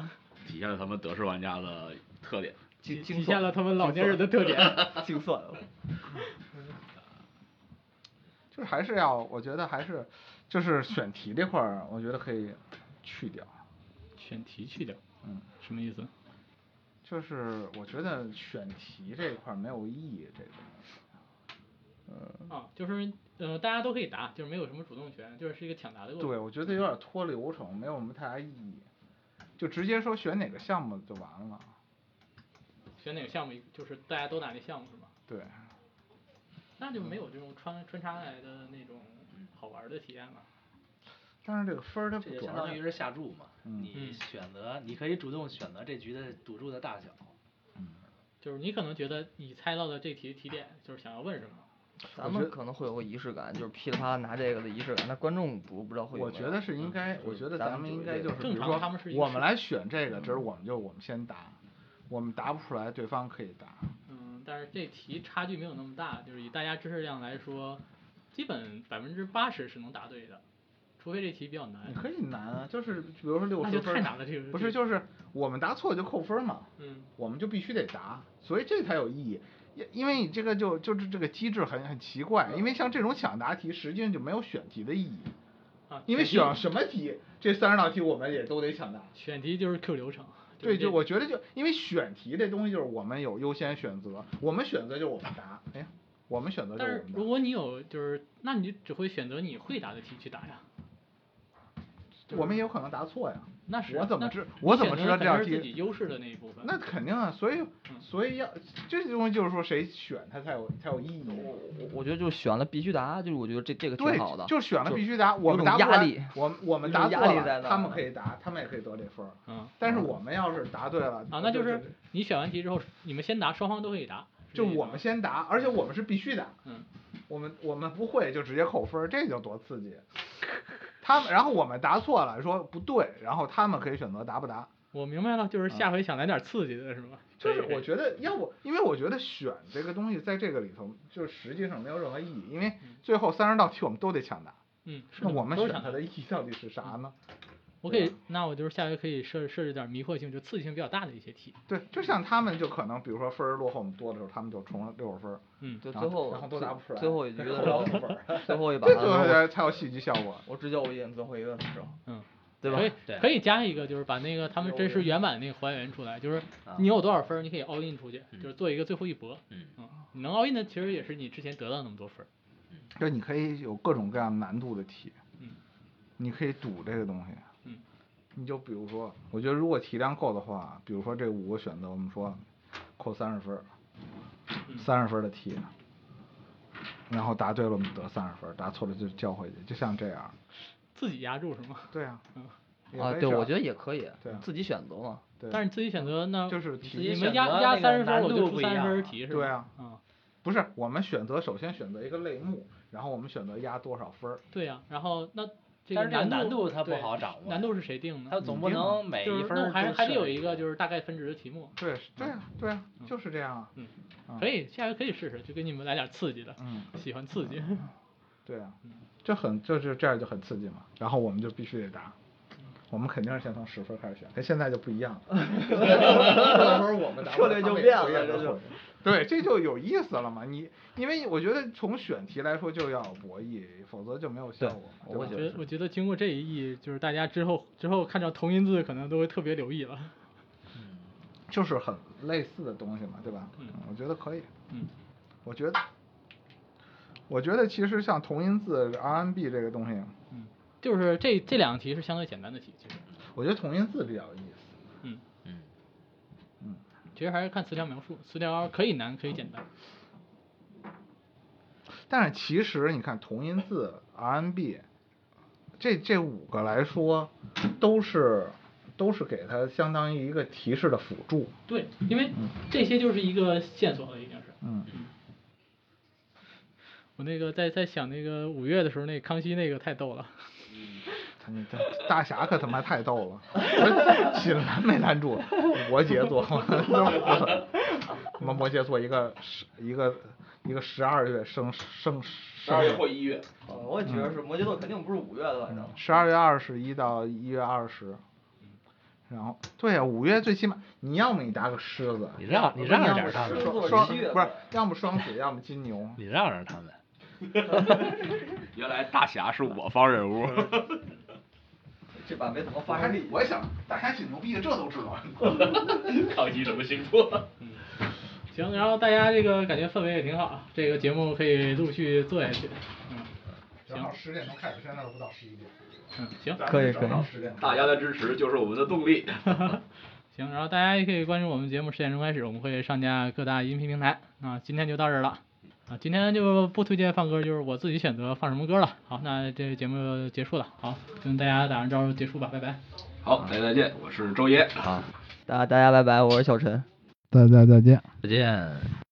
E: 体现了他们德式玩家的特点。
A: 体
D: 精
A: 体
D: 精
A: 现
D: 算
A: 了他们老年人的特点。
D: 精算了。
C: 就是还是要，我觉得还是就是选题这块儿，我觉得可以去掉。
A: [LAUGHS] 选题去掉，
C: 嗯，
A: 什么意思？
C: 就是我觉得选题这一块儿没有意义，这个
A: 啊，就是呃，大家都可以答，就是没有什么主动权，就是是一个抢答的过程。
C: 对我觉得有点拖流程，没有什么太大意义，就直接说选哪个项目就完了。
A: 选哪个项目，就是大家都拿那项目是吗？
C: 对，
A: 那就没有这种穿穿插来的那种好玩儿的体验了。
C: 但是这个分儿它
B: 这
C: 不
B: 也
C: 多
B: 相当于
C: 着，
B: 是下注嘛，
C: 嗯
B: 你选择，你可以主动选择这局的赌注的大小。
A: 就是你可能觉得你猜到的这题题点，就是想要问什么。
D: 咱们可能会有个仪式感，就是噼里啪啦拿这个的仪式感，那观众不不知道会有
C: 我
D: 没有
C: 觉得是
A: 嗯
C: 应该，我觉得咱们应该就是，比
A: 正
C: 如
A: 常
C: 说
A: 他们是一个嗯
C: 我们
A: 顺
C: 来选这个，这是我们就我们先答，我们答不出来，对方可以答。
A: 嗯，但是这题差距没有那么大，就是以大家知识量来说，基本百分之八十是能答对的，除非这题比较难
C: 你。可以难啊，就是比如说六
A: 哎那
C: 十
A: 就
C: 分
A: 太
C: 儿，
A: 难了，这个
C: 不是
A: 这个
C: 就是我们答错就扣分儿嘛。
A: 嗯
C: 我们就必须得答，所以这才有意义。也因为你这个就就是这个机制很很奇怪，因为像这种抢答题，实际上就没有选题的意义，
A: 啊，
C: 因为
A: 选
C: 选什么题，这三十道题我们也都得抢答。
A: 选题 [LAUGHS] 就是 Q 流程。
C: 对，
A: 是这
C: 就我觉得就因为选题这东西就是我们有优先选择，我们选择就是我们答，哎呀，我们选择就
A: 但
C: 是
A: 是
C: 我
A: 如
C: 们
A: 果你有就是，那你就只会选择你会答的题去答呀。
C: 答，我们也有可能答错呀。
A: 那是
C: 我怎么
A: 那
C: 知
A: 你
C: 我怎
A: 选
C: 么
A: 择
C: 知道
A: 的肯
C: 这道
A: 定是
C: 题
A: 自己优势的那一部分。
C: 那肯定啊，所以
A: 嗯
C: 所以要这些东西就是说谁选它才有才有意义。
D: 我我觉得就选了必须答，就是我觉得这这个挺
C: 对
D: 好的，，
C: 就选了必须答，我们
D: 有种
C: 答不
D: 压
C: 完
D: 力
C: 我们我们
D: 有
C: 答
D: 种
C: 错
D: 压力在
C: 了，
D: 那
C: 他
D: 儿
C: 们可以答，他们也可以得这分儿。
A: 嗯
C: 但是我们要是答对了
A: 啊，那
C: 就
A: 就是你选完题之后，你们先答，双方都可以答。是
C: 就
A: 这意思
C: 我
A: 吗
C: 们先答，而且我们是必须答。
A: 嗯，
C: 我们我们不会就直接扣分儿，这就多刺激。他们然后我们答错了，说不对，然后他们可以选择答不答。
A: 我明白了，就是
C: 啊
A: 下回想来点刺激的是吗？
C: 就是
A: 可以
C: 我觉得，要不因为我觉得选这个东西在这个里头，就是实际上没有任何意义，因为最后三十道题我们都得抢答，
A: 嗯，是
C: 那
A: 的
C: 我们
A: 都
C: 选
A: 是想
C: 它
A: 答
C: 的意义到底是啥呢？
A: 我可
C: 对
A: 以，那我就是下回可以设设置点迷惑性，就刺激性比较大的一些题。
C: 对，就像他们就可能，比如说分儿落后我们多的时候，他们就冲了六十分儿，
A: 嗯，
D: 就
C: 然
D: 最
C: 然后
D: 后
C: 都答不出
D: 最
C: 来，
D: 最后一局 [LAUGHS] 的时
C: 扣
D: 候
C: 了六分儿，
D: 最后一把
C: 这
D: 的时候
C: 个才有戏剧效果。
D: 我只叫我一眼最后一个的时候，
A: 嗯，
D: 对吧
A: 可？以
B: 对
A: 可以加一个，就是把那个他们
D: 有
A: 真实
D: 人
A: 原版那个还原出来，就是
D: 啊
A: 你有多少分儿，你可以 all in 出去，就是
B: 嗯
A: 做一个最后一搏。
B: 嗯
A: 嗯，你能 all in 的其实也是你之前得到那么多分儿。
C: 就你可以有各种各样难度的题，
A: 嗯，
C: 你可以赌这个东西，
A: 嗯，
C: 你就比如说，我觉得如果题量够的话，比如说这五个选择，我们说扣三十分儿，
A: 嗯
C: 三十分儿的题，然后答对了我们得三十分儿，答错了就交回去，就像这样，
A: 自己压住是吗？
C: 对啊，
A: 嗯
C: 也
D: 啊，
C: 可以
D: 对，
C: 选
D: 我觉得也可以
C: 对啊，
D: 自己选择嘛。
C: 对，
A: 但是你自己选择那
C: 就是题
A: 你
B: 自己
A: 们
B: 选
A: 压
B: 择
A: 压
B: 那个
A: 三十分儿，
B: 难
A: 我就
B: 度
A: 出
B: 不一
A: 三十
B: 样
A: 分儿
B: 啊
A: 题是吧？
C: 对啊，
A: 嗯，
C: 不是我们选择，首先选择一个类目，然后我们选择压多少分儿，
A: 对呀、然后那这
B: 但
A: 个
B: 是这个难
A: 度
B: 度它不
A: 对
B: 好掌握，
A: 难度是谁定呢
B: 它？总不能每
A: 就
B: 一
A: 是
B: 分
A: 那
B: 儿
A: 还
B: 都
A: 还得
B: 设
A: 有一个
B: 置
A: 就是大概分值的题目，
C: 对，是对啊，对啊，
A: 嗯
C: 就是这样啊，
A: 嗯
C: 嗯
A: 可以下回可以试试，就给你们来点刺激的，
C: 嗯。
A: 喜欢刺激。
C: 对啊
A: 嗯，
C: 就很就是这样就很刺激嘛。然后我们就必须得答，我们肯定是先从十分开始选，跟现在就不一样 [LAUGHS] 了。到时候我们答不
D: 策
C: 了
D: 略
C: 他
D: 就
C: 们也
D: 变
C: 不一
D: 了
C: 样
D: 这
C: 的 [LAUGHS]
D: 就
C: 回答对，这就有意思了嘛。你因为我觉得从选题来说就要有博弈，否则就没有效
D: 对
C: 果嘛。
D: 我
C: 对
A: 我
C: 吧
D: 觉
A: 觉
D: 得
A: 得
D: 是
A: 我觉得经过这一役，就是大家之后之后看到同音字，可能都会特别留意了。
B: 嗯
C: 就是很类似的东西嘛，对吧？
A: 嗯
C: 我觉得可以。
A: 嗯，
C: 我觉得，我觉得其实像同音字 RMB 这个东西，
A: 嗯，就是这这两题是相对简单的题，其实，
C: 我觉得同音字比较有意思。
A: 嗯，
B: 嗯，
C: 嗯，
A: 其实还是看词条描述，词条可以难可以简单。
C: 但是其实你看同音字 RMB，这这五个来说，都是都是给它相当于一个提示的辅助。
A: 对，因为这些就是一个线索了，已经是。
C: 嗯，
A: 我那个在在想那个五月的时候，那康熙那个太逗了。
C: 他那大大侠可他妈太逗了，我起了拦没拦住？摩羯座，他妈摩羯座一个十一个一个十二月生生
E: 十
C: 生
E: 二月或一月，
D: 呃我也觉得是摩羯座，肯定不是五月的，反正
C: 十二月二十一到一月二十。然后，对呀、五月最起码你要么你答个狮子，
B: 你让你让着点儿他
D: 狮子
B: 们，
D: 座
C: 双双
D: 七月
C: 不是
D: 份，
C: 要么双子，要么金牛。
B: 你让着他们，
E: [LAUGHS] 原来大侠是我方人物。
D: 这把没怎么发展力。
C: 我也想，大家挺牛逼的，这都知道。
E: 康熙什么星座？
A: 行，然后大家这个感觉氛围也挺好，啊这个节目可以陆续做下去。嗯，
C: 正好十点钟开始，现在都不到十一点。
A: 嗯，行。 [LAUGHS]
D: 可以可以
C: 十点。
E: 大家的支持就是我们的动力。
A: 行，然后大家也可以关注我们节目十点钟开始，我们会上架各大音频平台。啊，今天就到这儿了。啊，今天就不推荐放歌，就是我自己选择放什么歌了。好，那这节目就结束了。好，跟大家打声招呼，结束吧，拜拜。
E: 好，大家再见，我是周爷。
D: 大大家拜拜，我是小陈。
C: 大家再见。
B: 再见。